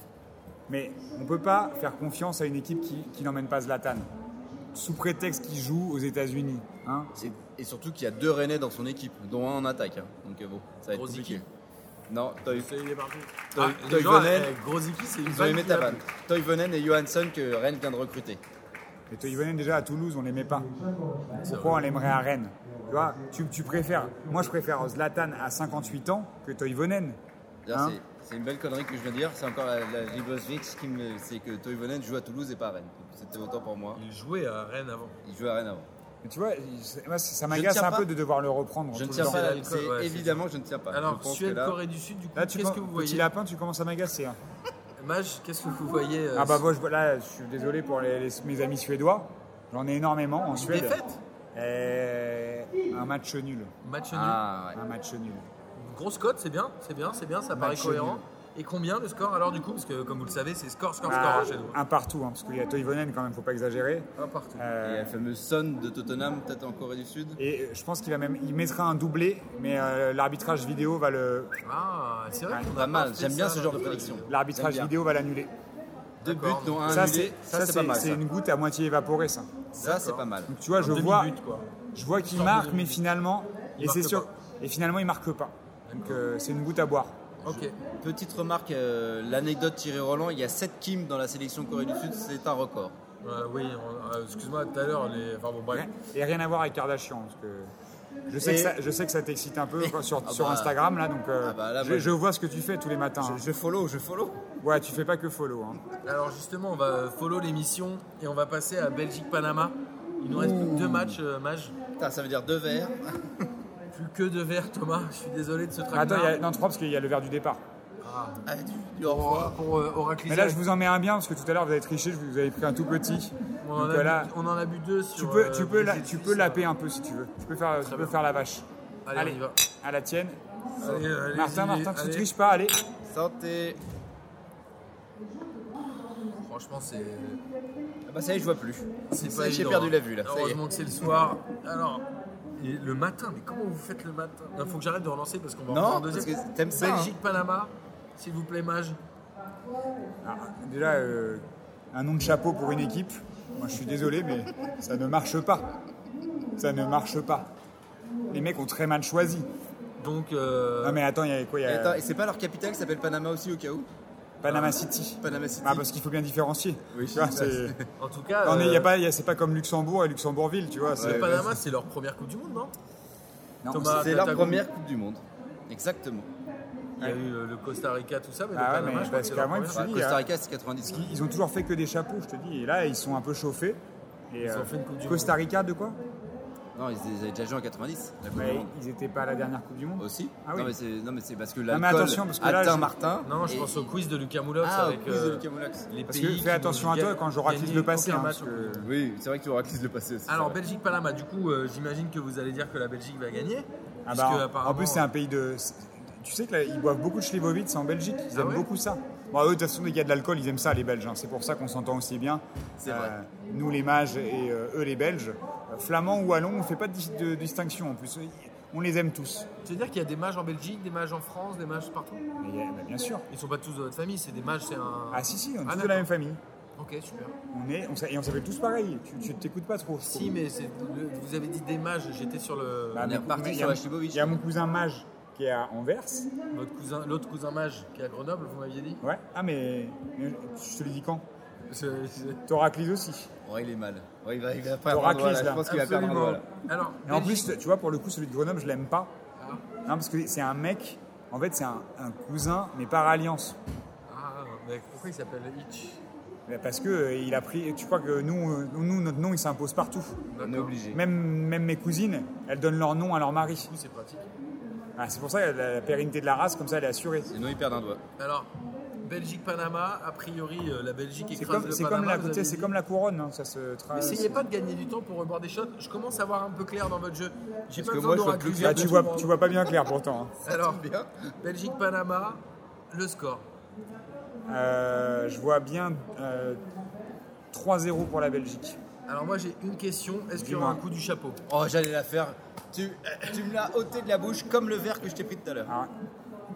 [SPEAKER 3] Mais on ne peut pas faire confiance à une équipe qui, qui n'emmène pas Zlatan, sous prétexte qu'il joue aux États-Unis. hein.
[SPEAKER 2] c'est- et surtout qu'il y a deux Rennais dans son équipe, dont un en attaque. hein. Donc euh, bon, ça va être
[SPEAKER 1] Grosicki.
[SPEAKER 2] compliqué. Non, Toy-
[SPEAKER 1] Il est parti.
[SPEAKER 2] Toi-
[SPEAKER 1] Ah,
[SPEAKER 2] toi,
[SPEAKER 1] les gens,
[SPEAKER 2] Gonel,
[SPEAKER 1] eh, Grozicki, c'est une hein.
[SPEAKER 2] ils ont
[SPEAKER 1] vanne
[SPEAKER 2] aimé
[SPEAKER 1] qui
[SPEAKER 2] ta
[SPEAKER 1] va-
[SPEAKER 2] vanne. Toivonen et Johansson que Rennes vient de recruter.
[SPEAKER 3] Et Toivonen, déjà à Toulouse, on l'aimait pas. Pourquoi on l'aimerait à Rennes Tu vois, tu, tu préfères. Moi, je préfère Zlatan à 58 ans que Toivonen.
[SPEAKER 2] D'ailleurs,
[SPEAKER 3] Hein
[SPEAKER 2] c'est- C'est une belle connerie que je viens de dire. C'est encore la, la Libojevic qui me. C'est que Toivonen joue à Toulouse et pas à Rennes. Donc, C'était autant pour moi.
[SPEAKER 1] Il jouait à Rennes avant.
[SPEAKER 2] Il joue à Rennes avant.
[SPEAKER 3] Mais tu vois, il- c'est- moi, ça
[SPEAKER 2] Je
[SPEAKER 3] m'agace
[SPEAKER 2] ne tiens
[SPEAKER 3] un
[SPEAKER 2] pas.
[SPEAKER 3] peu de devoir le reprendre.
[SPEAKER 2] Je ne
[SPEAKER 3] tout le
[SPEAKER 2] tiens
[SPEAKER 3] temps.
[SPEAKER 2] pas.
[SPEAKER 1] l'alcool,
[SPEAKER 2] C'est
[SPEAKER 1] ouais, c'est
[SPEAKER 2] évidemment que je ne tiens pas.
[SPEAKER 1] Alors,
[SPEAKER 2] je pense
[SPEAKER 1] Suède,
[SPEAKER 2] que là,
[SPEAKER 1] Corée du Sud, du coup,
[SPEAKER 3] Là, tu
[SPEAKER 1] qu'est-ce
[SPEAKER 3] penses-
[SPEAKER 1] que vous
[SPEAKER 3] petit
[SPEAKER 1] voyez
[SPEAKER 3] lapin, tu commences à m'agacer. hein.
[SPEAKER 1] Mage, qu'est-ce que vous voyez euh,
[SPEAKER 3] Ah bah moi, je, là, je suis désolé pour les- les- mes amis suédois. J'en ai énormément en Suède.
[SPEAKER 1] Défaite
[SPEAKER 3] Et un match nul.
[SPEAKER 1] Match nul.
[SPEAKER 2] Ah ouais.
[SPEAKER 3] Un match nul.
[SPEAKER 1] Grosse cote, c'est bien, c'est bien, c'est bien, ça paraît
[SPEAKER 3] Match
[SPEAKER 1] cohérent.
[SPEAKER 3] nul.
[SPEAKER 1] Et combien le score alors du coup Parce que comme vous le savez, c'est score, score, score
[SPEAKER 3] Ah,
[SPEAKER 1] hein, chez nous.
[SPEAKER 3] un partout, hein, parce qu'il y a Toivonen quand même, faut pas exagérer.
[SPEAKER 1] Un partout.
[SPEAKER 2] Et
[SPEAKER 3] Euh,
[SPEAKER 2] la fameuse Son de Tottenham, peut-être en Corée du Sud.
[SPEAKER 3] et euh, je pense qu'il va même, il mettra un doublé, mais euh, l'arbitrage vidéo va le,
[SPEAKER 1] Ah, c'est vrai
[SPEAKER 3] Ouais,
[SPEAKER 1] qu'on a
[SPEAKER 2] Pas mal,
[SPEAKER 1] fait
[SPEAKER 2] j'aime bien
[SPEAKER 1] ça,
[SPEAKER 2] ce genre de
[SPEAKER 1] euh,
[SPEAKER 2] prédiction.
[SPEAKER 3] l'arbitrage
[SPEAKER 2] J'aime bien.
[SPEAKER 3] vidéo va l'annuler.
[SPEAKER 2] Deux buts,
[SPEAKER 1] D'accord.
[SPEAKER 2] dont un
[SPEAKER 3] Ça
[SPEAKER 2] annulé.
[SPEAKER 3] c'est, ça, c'est,
[SPEAKER 2] pas mal.
[SPEAKER 3] c'est
[SPEAKER 2] ça.
[SPEAKER 3] une goutte à moitié évaporée, ça.
[SPEAKER 2] Ça, c'est pas mal.
[SPEAKER 3] Donc tu vois, je
[SPEAKER 1] demi-but,
[SPEAKER 3] vois,
[SPEAKER 1] quoi.
[SPEAKER 3] je vois qu'il
[SPEAKER 1] Sorte de
[SPEAKER 3] marque, mais
[SPEAKER 1] demi-but.
[SPEAKER 3] finalement,
[SPEAKER 1] Il
[SPEAKER 3] et c'est
[SPEAKER 1] marque
[SPEAKER 3] sûr,
[SPEAKER 1] pas.
[SPEAKER 3] et finalement il marque pas. Donc euh, c'est une goutte à boire.
[SPEAKER 1] Ok.
[SPEAKER 2] Petite remarque, euh, l'anecdote Thierry Roland, il y a 7 Kim dans la sélection Corée du Sud, c'est un record.
[SPEAKER 1] Euh, oui, on- euh, excuse-moi, tout à l'heure, les. Enfin bon, bref.
[SPEAKER 3] Et rien à voir avec Kardashian, parce que je sais,
[SPEAKER 2] Et-
[SPEAKER 3] que, ça, je sais que ça t'excite un peu quoi, sur,
[SPEAKER 2] Ah
[SPEAKER 3] sur
[SPEAKER 2] bah-
[SPEAKER 3] Instagram là, donc euh,
[SPEAKER 2] Ah bah là,
[SPEAKER 3] je,
[SPEAKER 2] moi-
[SPEAKER 3] je vois ce que tu fais tous les matins. hein.
[SPEAKER 2] follow, je follow.
[SPEAKER 3] Ouais, tu fais pas que follow. hein.
[SPEAKER 1] Alors justement, on va euh, follow l'émission et on va passer à Belgique-Panama. Il nous reste plus que deux matchs, euh, Mage.
[SPEAKER 2] Putain, ça veut dire deux verres.
[SPEAKER 1] Plus que deux verres, Thomas. Je suis désolé de ce traquenard.
[SPEAKER 3] Attends, il y a, non, trois parce qu'il y a le verre du départ.
[SPEAKER 1] Ah,
[SPEAKER 2] Ah, du, du au
[SPEAKER 1] pour,
[SPEAKER 2] revoir.
[SPEAKER 1] pour euh, oracliser.
[SPEAKER 3] Mais là, je vous en mets un bien parce que tout à l'heure, vous avez triché, je vous vous avez pris un tout petit.
[SPEAKER 1] on, en
[SPEAKER 3] Donc euh,
[SPEAKER 1] a bu-
[SPEAKER 3] là,
[SPEAKER 1] on en a bu deux sur.
[SPEAKER 3] tu peux,
[SPEAKER 1] euh,
[SPEAKER 3] tu peux, la-
[SPEAKER 1] Brésil,
[SPEAKER 3] tu peux
[SPEAKER 1] Suisse.
[SPEAKER 3] laper un peu si tu veux. Tu peux faire, tu peux
[SPEAKER 1] bien.
[SPEAKER 3] faire la vache.
[SPEAKER 1] Allez, on y va.
[SPEAKER 3] à la tienne.
[SPEAKER 1] Allez, allez,
[SPEAKER 3] Martin,
[SPEAKER 1] allez,
[SPEAKER 3] Martin, tu
[SPEAKER 1] allez.
[SPEAKER 3] triches pas, allez.
[SPEAKER 2] Santé.
[SPEAKER 1] Franchement, c'est.
[SPEAKER 2] Ah bah ça y est, je vois plus.
[SPEAKER 1] C'est
[SPEAKER 2] Ça
[SPEAKER 1] pas
[SPEAKER 2] y est, j'ai
[SPEAKER 1] évident,
[SPEAKER 2] perdu
[SPEAKER 1] hein.
[SPEAKER 2] la vue là. Ça y est.
[SPEAKER 1] Heureusement que c'est le soir. Alors, Et le matin, mais comment vous faites le matin Il faut que j'arrête de relancer parce qu'on va
[SPEAKER 2] Non,
[SPEAKER 1] en prendre
[SPEAKER 2] parce
[SPEAKER 1] deuxième.
[SPEAKER 2] que t'aimes ça, hein.
[SPEAKER 1] Belgique-Panama, s'il vous plaît, Mage.
[SPEAKER 3] Ah, déjà, euh, un nom de chapeau pour une équipe, moi je suis désolé, mais ça ne marche pas. Ça ne marche pas. Les mecs ont très mal choisi.
[SPEAKER 1] Donc, euh,
[SPEAKER 3] Non mais attends, il y avait quoi Il y
[SPEAKER 2] Et
[SPEAKER 3] a
[SPEAKER 2] attends, et c'est pas leur capitale qui s'appelle Panama aussi au cas où
[SPEAKER 3] Panama City.
[SPEAKER 2] Panama City.
[SPEAKER 3] Ah, parce qu'il faut bien différencier.
[SPEAKER 2] Oui,
[SPEAKER 3] Tu vois,
[SPEAKER 2] c'est ça.
[SPEAKER 3] c'est-
[SPEAKER 1] en tout cas,
[SPEAKER 3] On est-
[SPEAKER 1] euh,
[SPEAKER 3] Ah, y a pas- y a- c'est pas comme Luxembourg et Luxembourgville, tu vois.
[SPEAKER 1] le
[SPEAKER 3] c'est-
[SPEAKER 1] Panama, c'est leur première Coupe du Monde, non
[SPEAKER 3] Non,
[SPEAKER 1] Thomas,
[SPEAKER 2] C'est
[SPEAKER 1] t'as-
[SPEAKER 2] leur
[SPEAKER 1] t'as
[SPEAKER 2] première Coupe du Monde. Exactement.
[SPEAKER 1] Il y a eu euh, le Costa Rica, tout ça, mais
[SPEAKER 3] Ah ouais,
[SPEAKER 1] le Panama,
[SPEAKER 3] mais
[SPEAKER 1] je crois que
[SPEAKER 3] parce
[SPEAKER 1] c'est leur
[SPEAKER 3] qu'avant, ils
[SPEAKER 1] première.
[SPEAKER 3] faisaient-
[SPEAKER 2] Bah,
[SPEAKER 3] Oui,
[SPEAKER 2] Costa
[SPEAKER 3] hein.
[SPEAKER 2] Rica, c'est 90.
[SPEAKER 3] Ils- Ils ont toujours fait que des chapeaux, je te dis. Et là, ils sont un peu chauffés. Et, euh,
[SPEAKER 1] ont fait une Coupe du
[SPEAKER 3] Costa Rica de quoi
[SPEAKER 2] Non, ils ils avaient déjà joué en 90, la Coupe du
[SPEAKER 3] Ouais,
[SPEAKER 2] Monde.
[SPEAKER 3] Ils n'étaient pas à la dernière Coupe du Monde.
[SPEAKER 2] Aussi
[SPEAKER 3] Ah oui.
[SPEAKER 2] Non, mais c'est- Non, mais c'est parce que
[SPEAKER 3] mais
[SPEAKER 2] l'alcool
[SPEAKER 3] attention, parce que là,
[SPEAKER 2] atteint
[SPEAKER 3] je-
[SPEAKER 2] Martin.
[SPEAKER 1] Non, je
[SPEAKER 2] et-
[SPEAKER 1] pense au quiz de Lucas Moulox
[SPEAKER 2] Ah,
[SPEAKER 1] avec
[SPEAKER 2] avec
[SPEAKER 1] euh,
[SPEAKER 2] de Lucas Moulox.
[SPEAKER 1] les
[SPEAKER 3] Parce
[SPEAKER 1] pays.
[SPEAKER 3] que
[SPEAKER 1] qui
[SPEAKER 3] fais attention
[SPEAKER 1] n'ont
[SPEAKER 3] à toi
[SPEAKER 1] ga-
[SPEAKER 3] quand j'aurai
[SPEAKER 1] gagné
[SPEAKER 3] fils le passé.
[SPEAKER 1] aucun
[SPEAKER 3] hein,
[SPEAKER 1] match
[SPEAKER 3] parce
[SPEAKER 1] en Coupe
[SPEAKER 3] que-
[SPEAKER 1] du Monde.
[SPEAKER 2] Oui, c'est vrai que tu auras le passé aussi.
[SPEAKER 1] Alors,
[SPEAKER 2] c'est vrai.
[SPEAKER 1] Belgique-Panama, du coup, euh, j'imagine que vous allez dire que la Belgique va gagner.
[SPEAKER 3] Ah
[SPEAKER 1] puisque
[SPEAKER 3] bah, en- en
[SPEAKER 1] apparemment-
[SPEAKER 3] plus, c'est un pays de. c'est- Tu sais qu'ils boivent beaucoup de Schlivovitz en Belgique, ils
[SPEAKER 1] Ah
[SPEAKER 3] aiment
[SPEAKER 1] ouais
[SPEAKER 3] beaucoup ça. Bon, eux, de toute façon, dès qu'il y a de l'alcool, ils aiment ça, les Belges. hein. C'est pour ça qu'on s'entend aussi bien. Euh,
[SPEAKER 2] C'est vrai.
[SPEAKER 3] Nous, les mages, et euh, eux, les Belges. Euh, Flamands ou Wallons, on ne fait pas de, dis- de distinction en plus. On les aime tous.
[SPEAKER 1] Tu veux dire qu'il y a des mages en Belgique, des mages en France, des mages partout
[SPEAKER 3] Mais, euh, bah, bien sûr.
[SPEAKER 1] Ils sont pas tous de votre famille, c'est des mages, c'est un.
[SPEAKER 3] Ah si, si,
[SPEAKER 1] Ah,
[SPEAKER 3] on est tous de
[SPEAKER 1] d'accord.
[SPEAKER 3] la même famille.
[SPEAKER 1] Ok, super.
[SPEAKER 3] On est, on s'a- et on s'appelle tous pareil. Tu- Tu t'écoutes pas trop. je trouve.
[SPEAKER 1] Si, mais c'est- le- vous avez dit des mages, j'étais sur le.
[SPEAKER 3] Bah,
[SPEAKER 2] On
[SPEAKER 3] mais-
[SPEAKER 2] est reparti
[SPEAKER 3] mais
[SPEAKER 2] sur
[SPEAKER 3] y a-
[SPEAKER 2] Hachimovic.
[SPEAKER 3] Il y a mon cousin mage qui est à Anvers.
[SPEAKER 1] Votre cousin, l'autre cousin mage qui est à Grenoble, vous m'aviez dit
[SPEAKER 3] Ouais. Ah, mais, mais je te l'ai dit quand
[SPEAKER 1] C'est- c'est-
[SPEAKER 3] Thoraclise aussi.
[SPEAKER 2] Ouais, il est mal. Ouais, il va, il va perdre un
[SPEAKER 3] Thoraclise,
[SPEAKER 2] doigt, là. Je
[SPEAKER 3] là.
[SPEAKER 2] pense qu'il va perdre un doigt, là.
[SPEAKER 1] Alors,
[SPEAKER 3] Et en
[SPEAKER 1] Belgique-
[SPEAKER 3] plus, tu vois, pour le coup, celui de Grenoble, je l'aime pas.
[SPEAKER 1] Ah.
[SPEAKER 3] Non, parce que c'est un mec, en fait, c'est un, un cousin, mais par alliance.
[SPEAKER 1] Ah, mais pourquoi il s'appelle Hitch
[SPEAKER 3] Mais Parce que euh, il a pris. Tu crois que nous, euh, nous notre nom, il s'impose partout.
[SPEAKER 2] On est
[SPEAKER 1] D'accord.
[SPEAKER 2] obligé.
[SPEAKER 3] Même, même mes cousines, elles donnent leur nom à leur mari.
[SPEAKER 1] Du coup, c'est pratique.
[SPEAKER 3] Ah, c'est pour ça que la, la pérennité de la race, comme ça, elle est assurée.
[SPEAKER 2] Sinon, il perd un doigt.
[SPEAKER 1] Alors, Belgique-Panama, a priori, euh, la Belgique
[SPEAKER 3] C'est
[SPEAKER 1] écrase
[SPEAKER 3] comme,
[SPEAKER 1] le
[SPEAKER 3] c'est
[SPEAKER 1] Panama.
[SPEAKER 3] comme la,
[SPEAKER 1] vous avez
[SPEAKER 3] c'est
[SPEAKER 1] dit.
[SPEAKER 3] comme la couronne, hein, ça se trace.
[SPEAKER 1] Essayez pas de gagner du temps pour reboire des shots. Je commence à voir un peu clair dans votre jeu. J'ai
[SPEAKER 2] Parce
[SPEAKER 1] pas besoin
[SPEAKER 2] que moi, je vois
[SPEAKER 1] d'oracles.
[SPEAKER 2] plus
[SPEAKER 3] Bah, tu, vois, tu vois pas bien clair pourtant. hein.
[SPEAKER 1] Alors,
[SPEAKER 2] Bien.
[SPEAKER 1] Belgique-Panama, le score.
[SPEAKER 3] Euh, je vois bien euh, 3-0 pour la Belgique.
[SPEAKER 1] Alors moi j'ai une question, est-ce qu'il y aura
[SPEAKER 3] Dis-moi.
[SPEAKER 1] un coup du chapeau
[SPEAKER 2] Oh, j'allais la faire. Tu, tu me l'as ôté de la bouche comme le verre que je t'ai pris tout à l'heure.
[SPEAKER 3] Alors,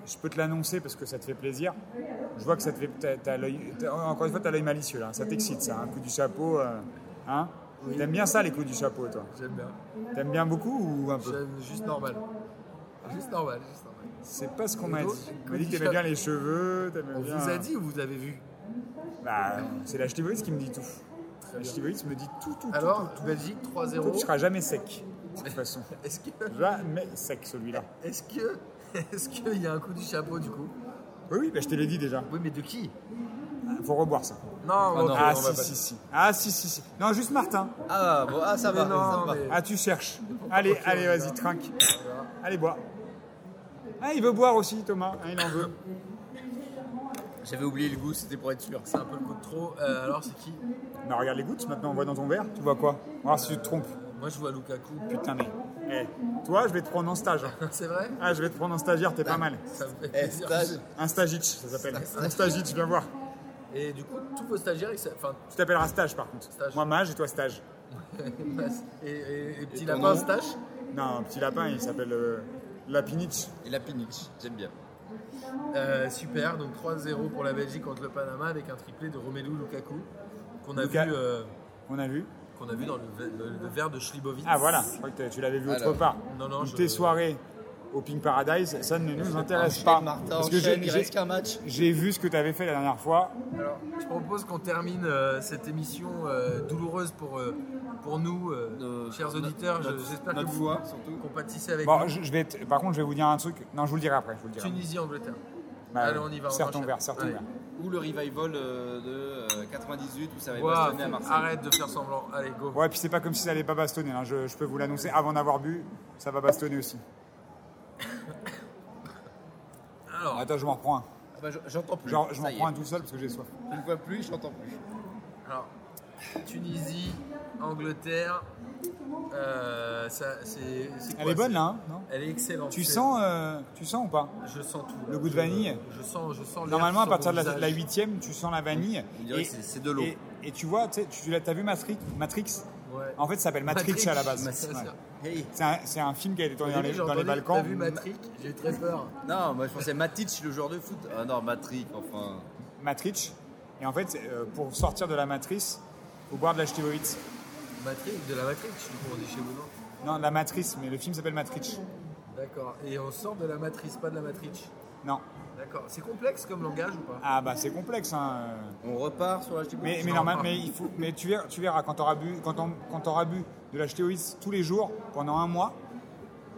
[SPEAKER 3] je peux te l'annoncer parce que ça te fait plaisir. Je vois que ça te fait. t'as- t'as l'œil- t'as- encore une fois, t'as l'œil malicieux là. Ça t'excite ça, un coup du chapeau. euh, hein T'aimes bien ça, les coups du chapeau, toi
[SPEAKER 1] J'aime bien.
[SPEAKER 3] T'aimes bien beaucoup ou un peu
[SPEAKER 1] J'aime juste normal. Juste normal, juste normal.
[SPEAKER 3] C'est pas ce qu'on m'a
[SPEAKER 1] Dos,
[SPEAKER 3] dit. On
[SPEAKER 1] coup
[SPEAKER 3] m'a dit
[SPEAKER 1] du
[SPEAKER 3] que t'aimais bien
[SPEAKER 1] chapeau.
[SPEAKER 3] les cheveux, t'aimais
[SPEAKER 1] On
[SPEAKER 3] bien.
[SPEAKER 1] vous a dit ou vous avez vu
[SPEAKER 3] Bah, c'est la ch'tiboïse qui me dit tout. La
[SPEAKER 1] bien.
[SPEAKER 3] ch'tiboïse me dit tout, tout,
[SPEAKER 1] Alors,
[SPEAKER 3] tout, tout.
[SPEAKER 1] Belgique
[SPEAKER 3] tout. Toi, tu
[SPEAKER 1] 3-0.
[SPEAKER 3] seras jamais sec, de toute façon.
[SPEAKER 1] Est-ce que
[SPEAKER 3] Jamais sec, celui-là.
[SPEAKER 1] est-ce que est-ce qu'il y a un coup du chapeau du coup
[SPEAKER 3] Oui, oui, bah, je te l'ai dit déjà.
[SPEAKER 1] Oui mais de qui
[SPEAKER 3] Faut revoir ça.
[SPEAKER 1] Non,
[SPEAKER 2] non.
[SPEAKER 1] ok,
[SPEAKER 3] Ah,
[SPEAKER 1] on va
[SPEAKER 3] si,
[SPEAKER 1] pas-
[SPEAKER 3] si, si. Ah, si, si, si. Non, juste Martin.
[SPEAKER 2] Ah, bon, ah, ça
[SPEAKER 1] Mais
[SPEAKER 2] va.
[SPEAKER 1] non,
[SPEAKER 2] ça va.
[SPEAKER 1] mais-
[SPEAKER 3] Ah, tu cherches. Allez,
[SPEAKER 1] pourquoi
[SPEAKER 3] allez,
[SPEAKER 1] tu
[SPEAKER 3] vas-y,
[SPEAKER 1] regardes
[SPEAKER 3] trinque. Allez, bois. Ah, il veut boire aussi, Thomas. Ah, il en veut.
[SPEAKER 2] J'avais oublié le goût, c'était pour être sûr.
[SPEAKER 1] C'est un peu le coup de trop. Euh, alors c'est qui
[SPEAKER 3] Bah, regarde les gouttes. Maintenant, on voit dans ton verre. Tu vois quoi On va voir si tu te trompes.
[SPEAKER 1] Moi je vois Lukaku.
[SPEAKER 3] Putain, mais. Eh, toi, je vais te prendre en stage. hein.
[SPEAKER 1] C'est vrai
[SPEAKER 3] Ah, je vais te prendre en stagiaire, t'es pas mal.
[SPEAKER 1] Ça me fait
[SPEAKER 2] Eh,
[SPEAKER 1] plaisir.
[SPEAKER 2] stage.
[SPEAKER 3] Un stagic, ça s'appelle. Un stagic, viens voir.
[SPEAKER 1] Et du coup, tous vos stagiaires, ils sa- enfin,
[SPEAKER 3] Tu t'appelleras stage, par contre.
[SPEAKER 1] Stage.
[SPEAKER 3] Moi, mage, et toi, stage.
[SPEAKER 1] et, et- et petit
[SPEAKER 2] ton
[SPEAKER 1] lapin
[SPEAKER 2] nom
[SPEAKER 1] stache
[SPEAKER 3] Non, un petit lapin, il s'appelle euh, Lapinich.
[SPEAKER 2] Et la Pinich, j'aime bien.
[SPEAKER 1] Euh, super, donc 3-0 pour la Belgique contre le Panama avec un triplé de Romelu Lukaku qu'on a,
[SPEAKER 3] Luka-
[SPEAKER 1] vu, euh,
[SPEAKER 3] On a vu.
[SPEAKER 1] qu'on a vu dans le, ve- le- le verre de Schlibovic.
[SPEAKER 3] Ah, voilà. Je crois que t'as- tu l'avais vu autre
[SPEAKER 2] Alors.
[SPEAKER 3] part.
[SPEAKER 1] Non, non,
[SPEAKER 3] Donc,
[SPEAKER 1] je-
[SPEAKER 3] Tes soirées au Pink Paradise, ça ne nous intéresse
[SPEAKER 2] Enchaîne,
[SPEAKER 3] pas.
[SPEAKER 2] Martin,
[SPEAKER 3] Parce que j'ai-
[SPEAKER 2] enchaîne, il
[SPEAKER 3] j'ai-
[SPEAKER 2] reste qu'un match.
[SPEAKER 3] J'ai vu ce que tu avais fait la dernière fois.
[SPEAKER 1] Alors, je propose qu'on termine euh, cette émission euh, douloureuse pour, euh, pour nous, euh,
[SPEAKER 2] Nos-
[SPEAKER 1] chers
[SPEAKER 2] notre-
[SPEAKER 1] auditeurs. Je-
[SPEAKER 2] notre-
[SPEAKER 1] J'espère que
[SPEAKER 2] notre
[SPEAKER 1] vous
[SPEAKER 2] foi, surtout.
[SPEAKER 1] compatissez avec
[SPEAKER 3] Bon,
[SPEAKER 1] nous.
[SPEAKER 3] je, je vais te- par contre, je vais vous dire un truc. Non, je vous le dirai après. Je vous le dirai.
[SPEAKER 1] Tunisie, Angleterre.
[SPEAKER 3] Bah,
[SPEAKER 1] Allez, on y va. on
[SPEAKER 3] serre ton
[SPEAKER 1] enchaîne.
[SPEAKER 3] verre, serre ton
[SPEAKER 1] Allez.
[SPEAKER 3] verre.
[SPEAKER 2] Ou le revival euh, de euh, 98 où ça avait
[SPEAKER 1] Ouah,
[SPEAKER 2] bastonné à Marseille.
[SPEAKER 1] arrête de faire semblant. Allez, go.
[SPEAKER 3] Ouais, puis c'est pas comme si ça allait pas bastonner. hein. Je, je peux vous l'annoncer avant d'avoir bu, ça va bastonner aussi.
[SPEAKER 1] Alors,
[SPEAKER 3] Attends, je m'en reprends un.
[SPEAKER 2] Ah bah, je- J'entends plus.
[SPEAKER 3] Genre, je m'en
[SPEAKER 2] ça y
[SPEAKER 3] reprends
[SPEAKER 2] est.
[SPEAKER 3] un tout seul parce que j'ai soif.
[SPEAKER 2] Je ne vois plus, je t'entends plus.
[SPEAKER 1] Alors, Tunisie, Angleterre, euh, ça, c'est, c'est quoi,
[SPEAKER 3] Elle est bonne
[SPEAKER 1] c'est-
[SPEAKER 3] là, hein, non
[SPEAKER 1] Elle est excellente.
[SPEAKER 3] Tu
[SPEAKER 1] C'est-
[SPEAKER 3] sens, euh, tu sens ou pas
[SPEAKER 1] Je sens tout.
[SPEAKER 3] le goût de
[SPEAKER 1] Je-
[SPEAKER 3] vanille
[SPEAKER 1] Je sens, je sens. l'air,
[SPEAKER 3] Normalement, à
[SPEAKER 1] je
[SPEAKER 3] partir de
[SPEAKER 1] sens
[SPEAKER 3] la,
[SPEAKER 1] mon
[SPEAKER 3] la
[SPEAKER 1] visage.
[SPEAKER 3] huitième, tu sens la vanille.
[SPEAKER 2] On dirait que c'est- c'est de l'eau.
[SPEAKER 3] Et, et tu vois, tu sais, tu l'as- t'as vu Matrix, Matrix
[SPEAKER 1] Ouais.
[SPEAKER 3] En fait, ça s'appelle Matrix, à la base.
[SPEAKER 1] c'est
[SPEAKER 3] Ouais.
[SPEAKER 1] ça.
[SPEAKER 2] Hey.
[SPEAKER 3] C'est un, c'est un film qui a été tourné dans les,
[SPEAKER 1] J'ai
[SPEAKER 3] dans les
[SPEAKER 1] entendu,
[SPEAKER 3] Balkans.
[SPEAKER 1] T'as vu Matrix J'ai eu très peur.
[SPEAKER 2] Non, moi je pensais Matic, le joueur de foot. Ah non, Matrick, enfin.
[SPEAKER 3] Matrix. Et en fait, euh, pour sortir de la matrice, faut boire de la Ch'timovitz.
[SPEAKER 1] Matrix, de la Matrix, du coup, on est chez vous, non
[SPEAKER 3] Non, de la matrice, mais le film s'appelle Matrix.
[SPEAKER 1] D'accord. Et on sort de la matrice, pas de la Matrix.
[SPEAKER 3] Non.
[SPEAKER 1] D'accord. C'est complexe comme langage ou pas
[SPEAKER 3] Ah bah c'est complexe. Hein. euh.
[SPEAKER 2] On repart sur la Ch'tipo
[SPEAKER 3] Mais, mais,
[SPEAKER 1] Non,
[SPEAKER 3] normal,
[SPEAKER 1] pas.
[SPEAKER 3] mais, il faut, mais tu verras, tu verras quand t'auras bu, quand on- quand t'auras bu de la Ch'timovitz tous les jours pendant un mois,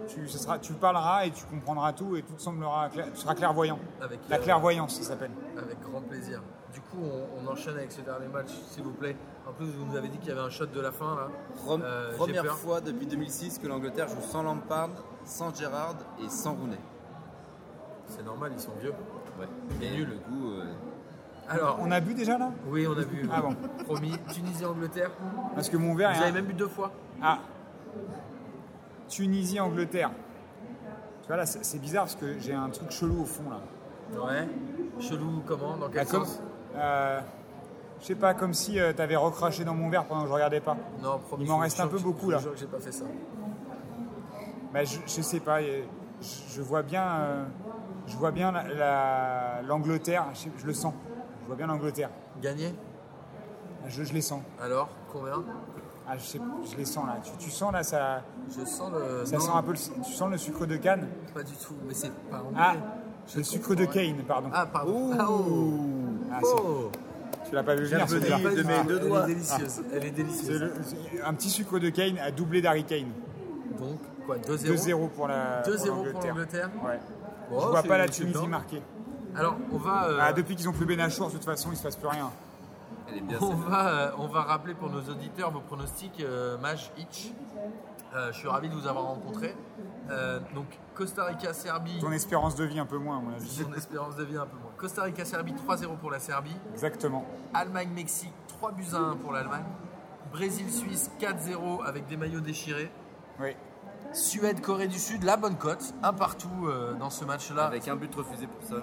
[SPEAKER 3] tu, ce sera, tu parleras et tu comprendras tout et tout te semblera, clair- tu seras clairvoyant.
[SPEAKER 1] Avec,
[SPEAKER 3] La
[SPEAKER 1] euh,
[SPEAKER 3] clairvoyance, ça s'appelle.
[SPEAKER 1] Avec grand plaisir. Du coup, on, on enchaîne avec ce dernier match, s'il vous plaît. En plus, vous nous avez dit qu'il y avait un shot de la fin, là.
[SPEAKER 2] Prom-
[SPEAKER 1] Euh, j'ai
[SPEAKER 2] première
[SPEAKER 1] peur.
[SPEAKER 2] fois depuis 2006 que l'Angleterre joue sans Lampard, sans Gerrard et sans Rooney.
[SPEAKER 1] C'est normal, ils sont vieux.
[SPEAKER 2] Ouais. Et nul, le coup. euh,
[SPEAKER 1] Alors,
[SPEAKER 3] On a bu déjà là
[SPEAKER 1] oui, on a vu.
[SPEAKER 3] Ah bon.
[SPEAKER 1] Promis, Tunisie-Angleterre. Vous
[SPEAKER 3] Parce que mon verre est.
[SPEAKER 1] avez même bu deux fois.
[SPEAKER 3] Ah Tunisie, Angleterre. Tu vois là, c'est c'est bizarre parce que j'ai un truc chelou au fond là.
[SPEAKER 1] Ouais. Chelou, comment Dans
[SPEAKER 3] Bah,
[SPEAKER 1] quel
[SPEAKER 3] comme,
[SPEAKER 1] sens
[SPEAKER 3] euh, je sais pas, comme si euh, t'avais recraché dans mon verre pendant que je regardais pas.
[SPEAKER 1] Non, promis.
[SPEAKER 3] Il m'en
[SPEAKER 1] je vous
[SPEAKER 3] reste un
[SPEAKER 1] jure
[SPEAKER 3] peu
[SPEAKER 1] que-
[SPEAKER 3] beaucoup,
[SPEAKER 1] je vous
[SPEAKER 3] là.
[SPEAKER 1] jure que j'ai pas fait ça.
[SPEAKER 3] Bah, je, je sais pas, euh, je, je vois bien, euh, je vois bien la- la- l'Angleterre, je, sais- je le sens. Je vois bien l'Angleterre.
[SPEAKER 1] Gagné
[SPEAKER 3] Je, je les sens.
[SPEAKER 1] Alors, combien
[SPEAKER 3] Ah, je, sais- je les sens là. Tu, tu sens là, ça,
[SPEAKER 1] Je sens le.
[SPEAKER 3] ça
[SPEAKER 1] non,
[SPEAKER 3] sent un peu. le- tu sens le sucre de canne.
[SPEAKER 1] Pas du tout, mais c'est pas anglais.
[SPEAKER 3] Ah,
[SPEAKER 1] Je
[SPEAKER 3] le sucre de
[SPEAKER 1] comprends, ouais.
[SPEAKER 3] cane, pardon.
[SPEAKER 1] Ah, pardon. Ah,
[SPEAKER 3] Ah, c'est-
[SPEAKER 1] oh.
[SPEAKER 3] tu l'as pas vu
[SPEAKER 2] J'ai
[SPEAKER 3] venir.
[SPEAKER 2] un peu
[SPEAKER 3] celui-là.
[SPEAKER 2] dit de mes deux doigts.
[SPEAKER 1] Elle est délicieuse. Elle est
[SPEAKER 3] C'est
[SPEAKER 1] délicieuse.
[SPEAKER 3] le- c'est un petit sucre de Kane à doublé d'Harry Kane.
[SPEAKER 1] Donc, quoi 2-0
[SPEAKER 3] 2-0 pour la
[SPEAKER 1] 2-0 pour l'Angleterre.
[SPEAKER 3] Ouais.
[SPEAKER 1] Bon,
[SPEAKER 3] je vois
[SPEAKER 1] c'est- hein.
[SPEAKER 3] pas la
[SPEAKER 1] c'est
[SPEAKER 3] Tunisie
[SPEAKER 1] bien.
[SPEAKER 3] marquer.
[SPEAKER 1] Alors, on va, euh,
[SPEAKER 3] Ah, depuis qu'ils ont plus Benachour, de toute façon, il se passe plus rien.
[SPEAKER 2] Elle est bien
[SPEAKER 1] on,
[SPEAKER 2] celle-là.
[SPEAKER 1] va, euh, on va rappeler pour nos auditeurs vos pronostics euh, match each. Euh, je suis ravi de vous avoir rencontré. Euh, donc, Costa Rica, Serbie,
[SPEAKER 3] Ton espérance de vie un peu moins, à mon avis.
[SPEAKER 1] son espérance de vie un peu moins. Costa Rica, Serbie, 3-0 pour la Serbie.
[SPEAKER 3] Exactement.
[SPEAKER 1] Allemagne, Mexique, 3 buts à 1 pour l'Allemagne. Brésil, Suisse, 4-0 avec des maillots déchirés.
[SPEAKER 3] Oui.
[SPEAKER 1] Suède, Corée du Sud, la bonne cote, un partout euh, dans ce match-là.
[SPEAKER 2] Avec un but refusé pour Son.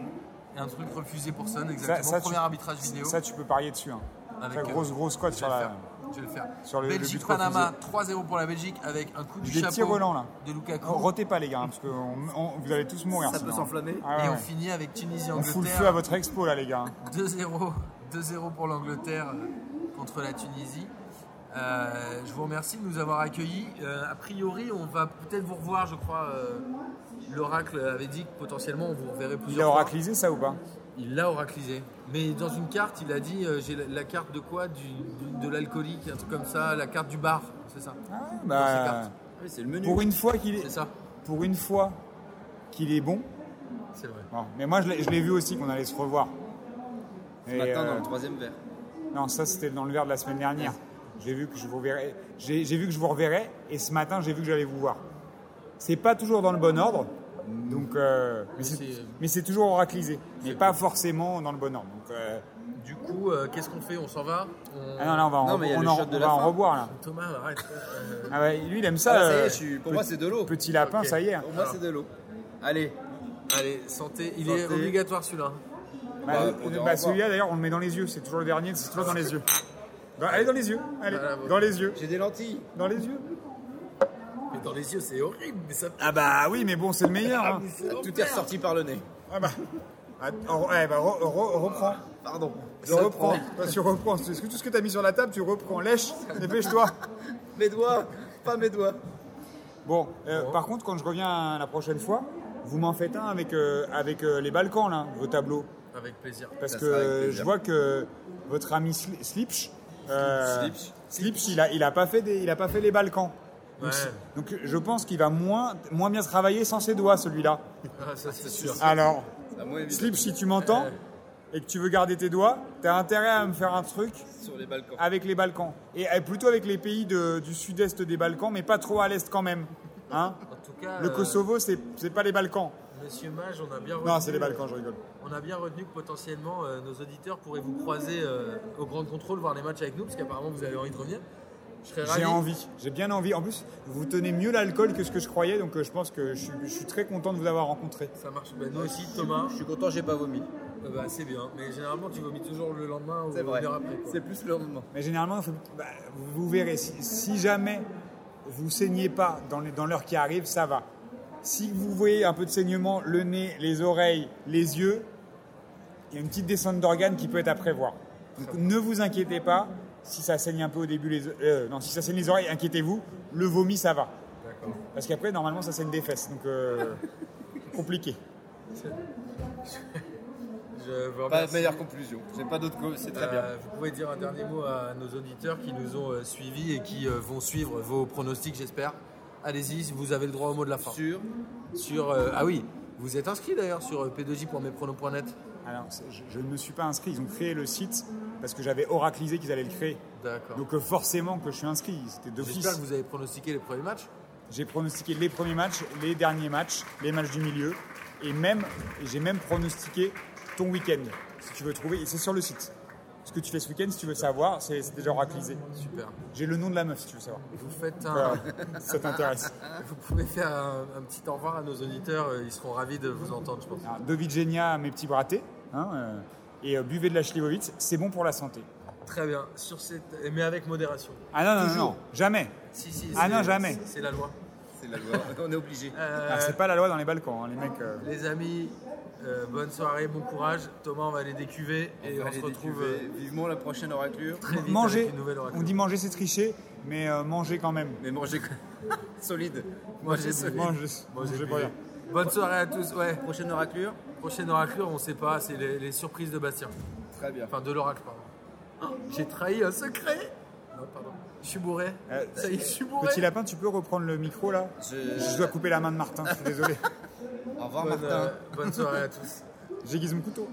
[SPEAKER 1] Et un truc refusé pour Son,
[SPEAKER 3] Ça,
[SPEAKER 1] exactement.
[SPEAKER 3] ça,
[SPEAKER 1] Premier
[SPEAKER 3] tu-
[SPEAKER 1] arbitrage vidéo.
[SPEAKER 3] Ça, tu peux parier dessus. Hein.
[SPEAKER 1] Avec,
[SPEAKER 3] Très
[SPEAKER 1] euh,
[SPEAKER 3] grosse, grosse cote
[SPEAKER 1] Je
[SPEAKER 3] sur
[SPEAKER 1] vais le
[SPEAKER 3] la.
[SPEAKER 1] faire. Je vais le faire.
[SPEAKER 3] sur le- le but
[SPEAKER 1] Belgique-Panama, 3-0 pour la Belgique avec un coup du
[SPEAKER 3] Des
[SPEAKER 1] chapeau
[SPEAKER 3] tirs volants, là.
[SPEAKER 1] de Lukaku.
[SPEAKER 3] Oh, Rotez pas, les gars, hein, parce que on- on- vous allez tous mourir.
[SPEAKER 2] Ça peut
[SPEAKER 3] sinon.
[SPEAKER 2] s'enflammer.
[SPEAKER 3] Ah, ouais,
[SPEAKER 1] Et on
[SPEAKER 3] ouais.
[SPEAKER 1] finit avec
[SPEAKER 3] On fout le
[SPEAKER 1] Tunisie-Angleterre.
[SPEAKER 3] feu à votre expo, là, les gars. hein.
[SPEAKER 1] 2-0 2-0 pour l'Angleterre euh, contre la Tunisie. Euh, je vous remercie de nous avoir accueillis. Euh, a priori, on va peut-être vous revoir, je crois. euh, L'oracle avait dit que potentiellement on vous reverrait
[SPEAKER 3] Il a
[SPEAKER 1] plusieurs fois.
[SPEAKER 3] oraclisé ça ou pas
[SPEAKER 1] Il l'a oraclisé. Mais dans une carte, il a dit euh, j'ai la- la carte de quoi Du- du- De l'alcoolique, un truc comme ça, la carte du bar, c'est ça
[SPEAKER 3] Ah,
[SPEAKER 1] Dans ses
[SPEAKER 3] bah,
[SPEAKER 1] cartes.
[SPEAKER 2] Ah oui, c'est le menu.
[SPEAKER 3] Pour une fois qu'il
[SPEAKER 1] C'est
[SPEAKER 3] est,
[SPEAKER 1] ça,
[SPEAKER 3] pour une fois qu'il est bon.
[SPEAKER 1] c'est vrai.
[SPEAKER 3] Bon, Mais moi, je l'ai je l'ai vu aussi qu'on allait se revoir. Et,
[SPEAKER 2] Maintenant,
[SPEAKER 3] euh,
[SPEAKER 2] dans le troisième verre.
[SPEAKER 3] Non, ça c'était dans le verre de la semaine dernière. J'ai vu que je vous reverrai. J'ai j'ai vu que je vous reverrai et ce matin j'ai vu que j'allais vous voir. C'est pas toujours dans le bon ordre, donc euh, mais c'est-
[SPEAKER 1] c'est-
[SPEAKER 3] mais c'est toujours oraclisé, mais
[SPEAKER 1] C'est
[SPEAKER 3] pas forcément dans le bon ordre. Donc, euh,
[SPEAKER 1] Du coup, euh, qu'est-ce qu'on fait On s'en va On-
[SPEAKER 3] ah non, là on va en,
[SPEAKER 2] Non, mais il y a
[SPEAKER 3] on
[SPEAKER 2] le
[SPEAKER 3] en-
[SPEAKER 2] shot de
[SPEAKER 3] on
[SPEAKER 2] la
[SPEAKER 3] va en
[SPEAKER 2] fin.
[SPEAKER 3] reboire là.
[SPEAKER 1] Thomas, arrête. Euh,
[SPEAKER 3] Ah ouais, lui il aime ça.
[SPEAKER 2] Ah, ça y
[SPEAKER 3] euh,
[SPEAKER 2] est, je suis- pour moi, c'est de l'eau.
[SPEAKER 3] Petit lapin,
[SPEAKER 1] Ok.
[SPEAKER 3] ça y est.
[SPEAKER 2] Pour moi, c'est de l'eau. Allez,
[SPEAKER 1] Allez, santé. Il est
[SPEAKER 2] Santé.
[SPEAKER 1] obligatoire celui-là.
[SPEAKER 3] Bah,
[SPEAKER 2] on
[SPEAKER 3] euh,
[SPEAKER 2] dit au
[SPEAKER 3] bah,
[SPEAKER 2] revoir.
[SPEAKER 3] celui-là d'ailleurs on le met dans les yeux. C'est toujours le dernier, c'est toujours dans les yeux. Dans- allez dans les yeux, allez
[SPEAKER 1] Voilà, voilà.
[SPEAKER 3] dans les yeux,
[SPEAKER 2] j'ai des lentilles.
[SPEAKER 3] dans les yeux.
[SPEAKER 1] Mais dans les yeux, c'est horrible. Mais ça.
[SPEAKER 3] Ah bah oui, mais bon c'est le meilleur. hein.
[SPEAKER 2] Tout est ressorti par le nez.
[SPEAKER 3] Ah bah. Attends, ouais, bah, re- re- reprends.
[SPEAKER 2] Pardon.
[SPEAKER 3] Je reprends. Toi, tu reprends. Est-ce que tout ce que tu as mis sur la table, tu reprends Lèche, dépêche-toi.
[SPEAKER 2] Mes doigts, pas mes doigts.
[SPEAKER 3] Bon, euh, par contre, quand je reviens la prochaine fois, vous m'en faites un avec, euh, avec euh, les Balkans, là, vos tableaux.
[SPEAKER 1] Avec plaisir.
[SPEAKER 3] Parce
[SPEAKER 2] Ça
[SPEAKER 3] que
[SPEAKER 2] sera avec
[SPEAKER 3] euh,
[SPEAKER 2] plaisir.
[SPEAKER 3] je vois que votre ami Sli- Slipch. euh,
[SPEAKER 2] Slipch.
[SPEAKER 3] Slipch, il a, il, a pas fait des- il a pas fait les Balkans.
[SPEAKER 1] Ouais.
[SPEAKER 3] Donc, c'est- donc, je pense qu'il va moins, moins bien travailler sans ses doigts, celui-là.
[SPEAKER 1] Ah, ça, c'est sûr.
[SPEAKER 3] Alors,
[SPEAKER 2] À moins évident.
[SPEAKER 3] Slipch, si tu m'entends et que tu veux garder tes doigts, t'as intérêt à me faire un truc
[SPEAKER 2] sur les Balkans.
[SPEAKER 3] avec les Balkans. Et euh, plutôt avec les pays de- du sud-est des Balkans, mais pas trop à l'est quand même. Hein
[SPEAKER 1] En tout cas,
[SPEAKER 3] le
[SPEAKER 1] euh,
[SPEAKER 3] Kosovo, c'est c'est pas les Balkans.
[SPEAKER 1] Monsieur Mage, on a bien retenu.
[SPEAKER 3] Non, c'est les Balkans, je rigole.
[SPEAKER 1] On a bien retenu que potentiellement euh, nos auditeurs pourraient vous croiser euh, au Grand Contrôle, voir les matchs avec nous, parce qu'apparemment vous avez envie de revenir. Je serais ravi.
[SPEAKER 3] J'ai envie, j'ai bien envie. En plus, vous tenez mieux l'alcool que ce que je croyais, donc euh, je pense que je suis, je suis très content de vous avoir rencontré.
[SPEAKER 1] Ça marche. Ben, nous aussi, Thomas.
[SPEAKER 2] Je suis content, j'ai pas vomi.
[SPEAKER 1] Ah bah, c'est bien, mais généralement tu vomis toujours le lendemain ou
[SPEAKER 2] C'est
[SPEAKER 1] une
[SPEAKER 2] vrai.
[SPEAKER 1] heure après. quoi.
[SPEAKER 2] C'est plus le moment.
[SPEAKER 3] Mais généralement, faut- bah, vous verrez, si, si jamais vous saignez pas dans, les- dans l'heure qui arrive, ça va. Si vous voyez un peu de saignement, le nez, les oreilles, les yeux, il y a une petite descente d'organes qui peut être à prévoir. Donc ne vous inquiétez pas, si ça saigne un peu au début, les, euh, non, si ça saigne les oreilles, inquiétez-vous, le vomi, ça va.
[SPEAKER 1] D'accord.
[SPEAKER 3] Parce qu'après, normalement, ça saigne des fesses, donc euh, compliqué.
[SPEAKER 1] Je vous
[SPEAKER 2] Pas
[SPEAKER 1] remercie.
[SPEAKER 2] de meilleure conclusion. J'ai pas d'autre. co- C'est très bien.
[SPEAKER 1] Euh, Vous pouvez dire un dernier mot à nos auditeurs qui nous ont euh, suivis et qui euh, vont suivre vos pronostics, j'espère. Allez-y, vous avez le droit au mot de la fin.
[SPEAKER 2] Sûr.
[SPEAKER 1] Sur, euh, ah oui, vous êtes inscrit d'ailleurs sur euh, p2j.mespronos.net.
[SPEAKER 3] Alors, c'est- je, je ne me suis pas inscrit, ils ont créé le site parce que j'avais oraclisé qu'ils allaient le créer.
[SPEAKER 1] D'accord.
[SPEAKER 3] Donc euh, forcément que je suis inscrit, c'était
[SPEAKER 1] J'espère
[SPEAKER 3] d'office.
[SPEAKER 1] que vous avez pronostiqué les premiers matchs.
[SPEAKER 3] J'ai pronostiqué les premiers matchs, les derniers matchs, les matchs du milieu, et même et j'ai même pronostiqué ton week-end. Si tu veux trouver, et c'est sur le site. Ce que tu fais ce week-end, si tu veux savoir, c'est c'est déjà oraclisé.
[SPEAKER 1] Super.
[SPEAKER 3] J'ai le nom de la meuf, si tu veux savoir.
[SPEAKER 1] Vous faites un,
[SPEAKER 3] Voilà, ça t'intéresse.
[SPEAKER 1] vous pouvez faire un, un petit au revoir à nos auditeurs. euh, Ils seront ravis de vous entendre, je pense.
[SPEAKER 3] Alors, Dovigenia, mes petits bratés, hein, euh, et euh, buvez de la Schlivovitz, c'est bon pour la santé.
[SPEAKER 1] Très bien. Sur cette, mais avec modération.
[SPEAKER 3] Ah non, non, non,
[SPEAKER 2] Toujours.
[SPEAKER 3] non, jamais.
[SPEAKER 1] Si, si.
[SPEAKER 3] Ah
[SPEAKER 1] c'est-
[SPEAKER 3] non, jamais.
[SPEAKER 1] C'est la loi.
[SPEAKER 2] C'est la loi. On est obligé.
[SPEAKER 1] Euh,
[SPEAKER 3] Ah, c'est pas la loi dans les Balkans, hein, les mecs. euh.
[SPEAKER 1] Les amis, euh, bonne soirée, bon courage. Thomas, on va aller décuver et on,
[SPEAKER 2] va
[SPEAKER 1] se
[SPEAKER 2] aller
[SPEAKER 1] retrouve
[SPEAKER 2] décuver
[SPEAKER 1] euh,
[SPEAKER 2] vivement la prochaine oraclure.
[SPEAKER 1] très vite
[SPEAKER 3] Manger,
[SPEAKER 1] avec une nouvelle oracle.
[SPEAKER 3] on dit manger, c'est tricher, mais euh, manger quand même.
[SPEAKER 2] Mais mangez solide.
[SPEAKER 1] Mangez
[SPEAKER 2] Mangez
[SPEAKER 1] solide.
[SPEAKER 2] solide.
[SPEAKER 3] Manger,
[SPEAKER 1] Bon, j'ai
[SPEAKER 3] manger
[SPEAKER 1] bu.
[SPEAKER 3] pas bien.
[SPEAKER 1] Bonne soirée à tous. Ouais,
[SPEAKER 2] Prochaine oraclure.
[SPEAKER 1] prochaine oracle, on sait pas, c'est les, les surprises de Bastien.
[SPEAKER 2] Très bien.
[SPEAKER 1] Enfin, de l'oracle, pardon. Oh, J'ai trahi un secret. Non, pardon. Je suis bourré.
[SPEAKER 3] Euh,
[SPEAKER 1] Ça y est, je suis bourré.
[SPEAKER 3] Petit lapin, tu peux reprendre le micro là
[SPEAKER 2] Je-
[SPEAKER 3] Je dois couper la main de Martin, je suis désolé.
[SPEAKER 2] Au revoir
[SPEAKER 1] Bonne,
[SPEAKER 2] Martin.
[SPEAKER 1] euh, bonne soirée à tous.
[SPEAKER 3] J'aiguise mon couteau.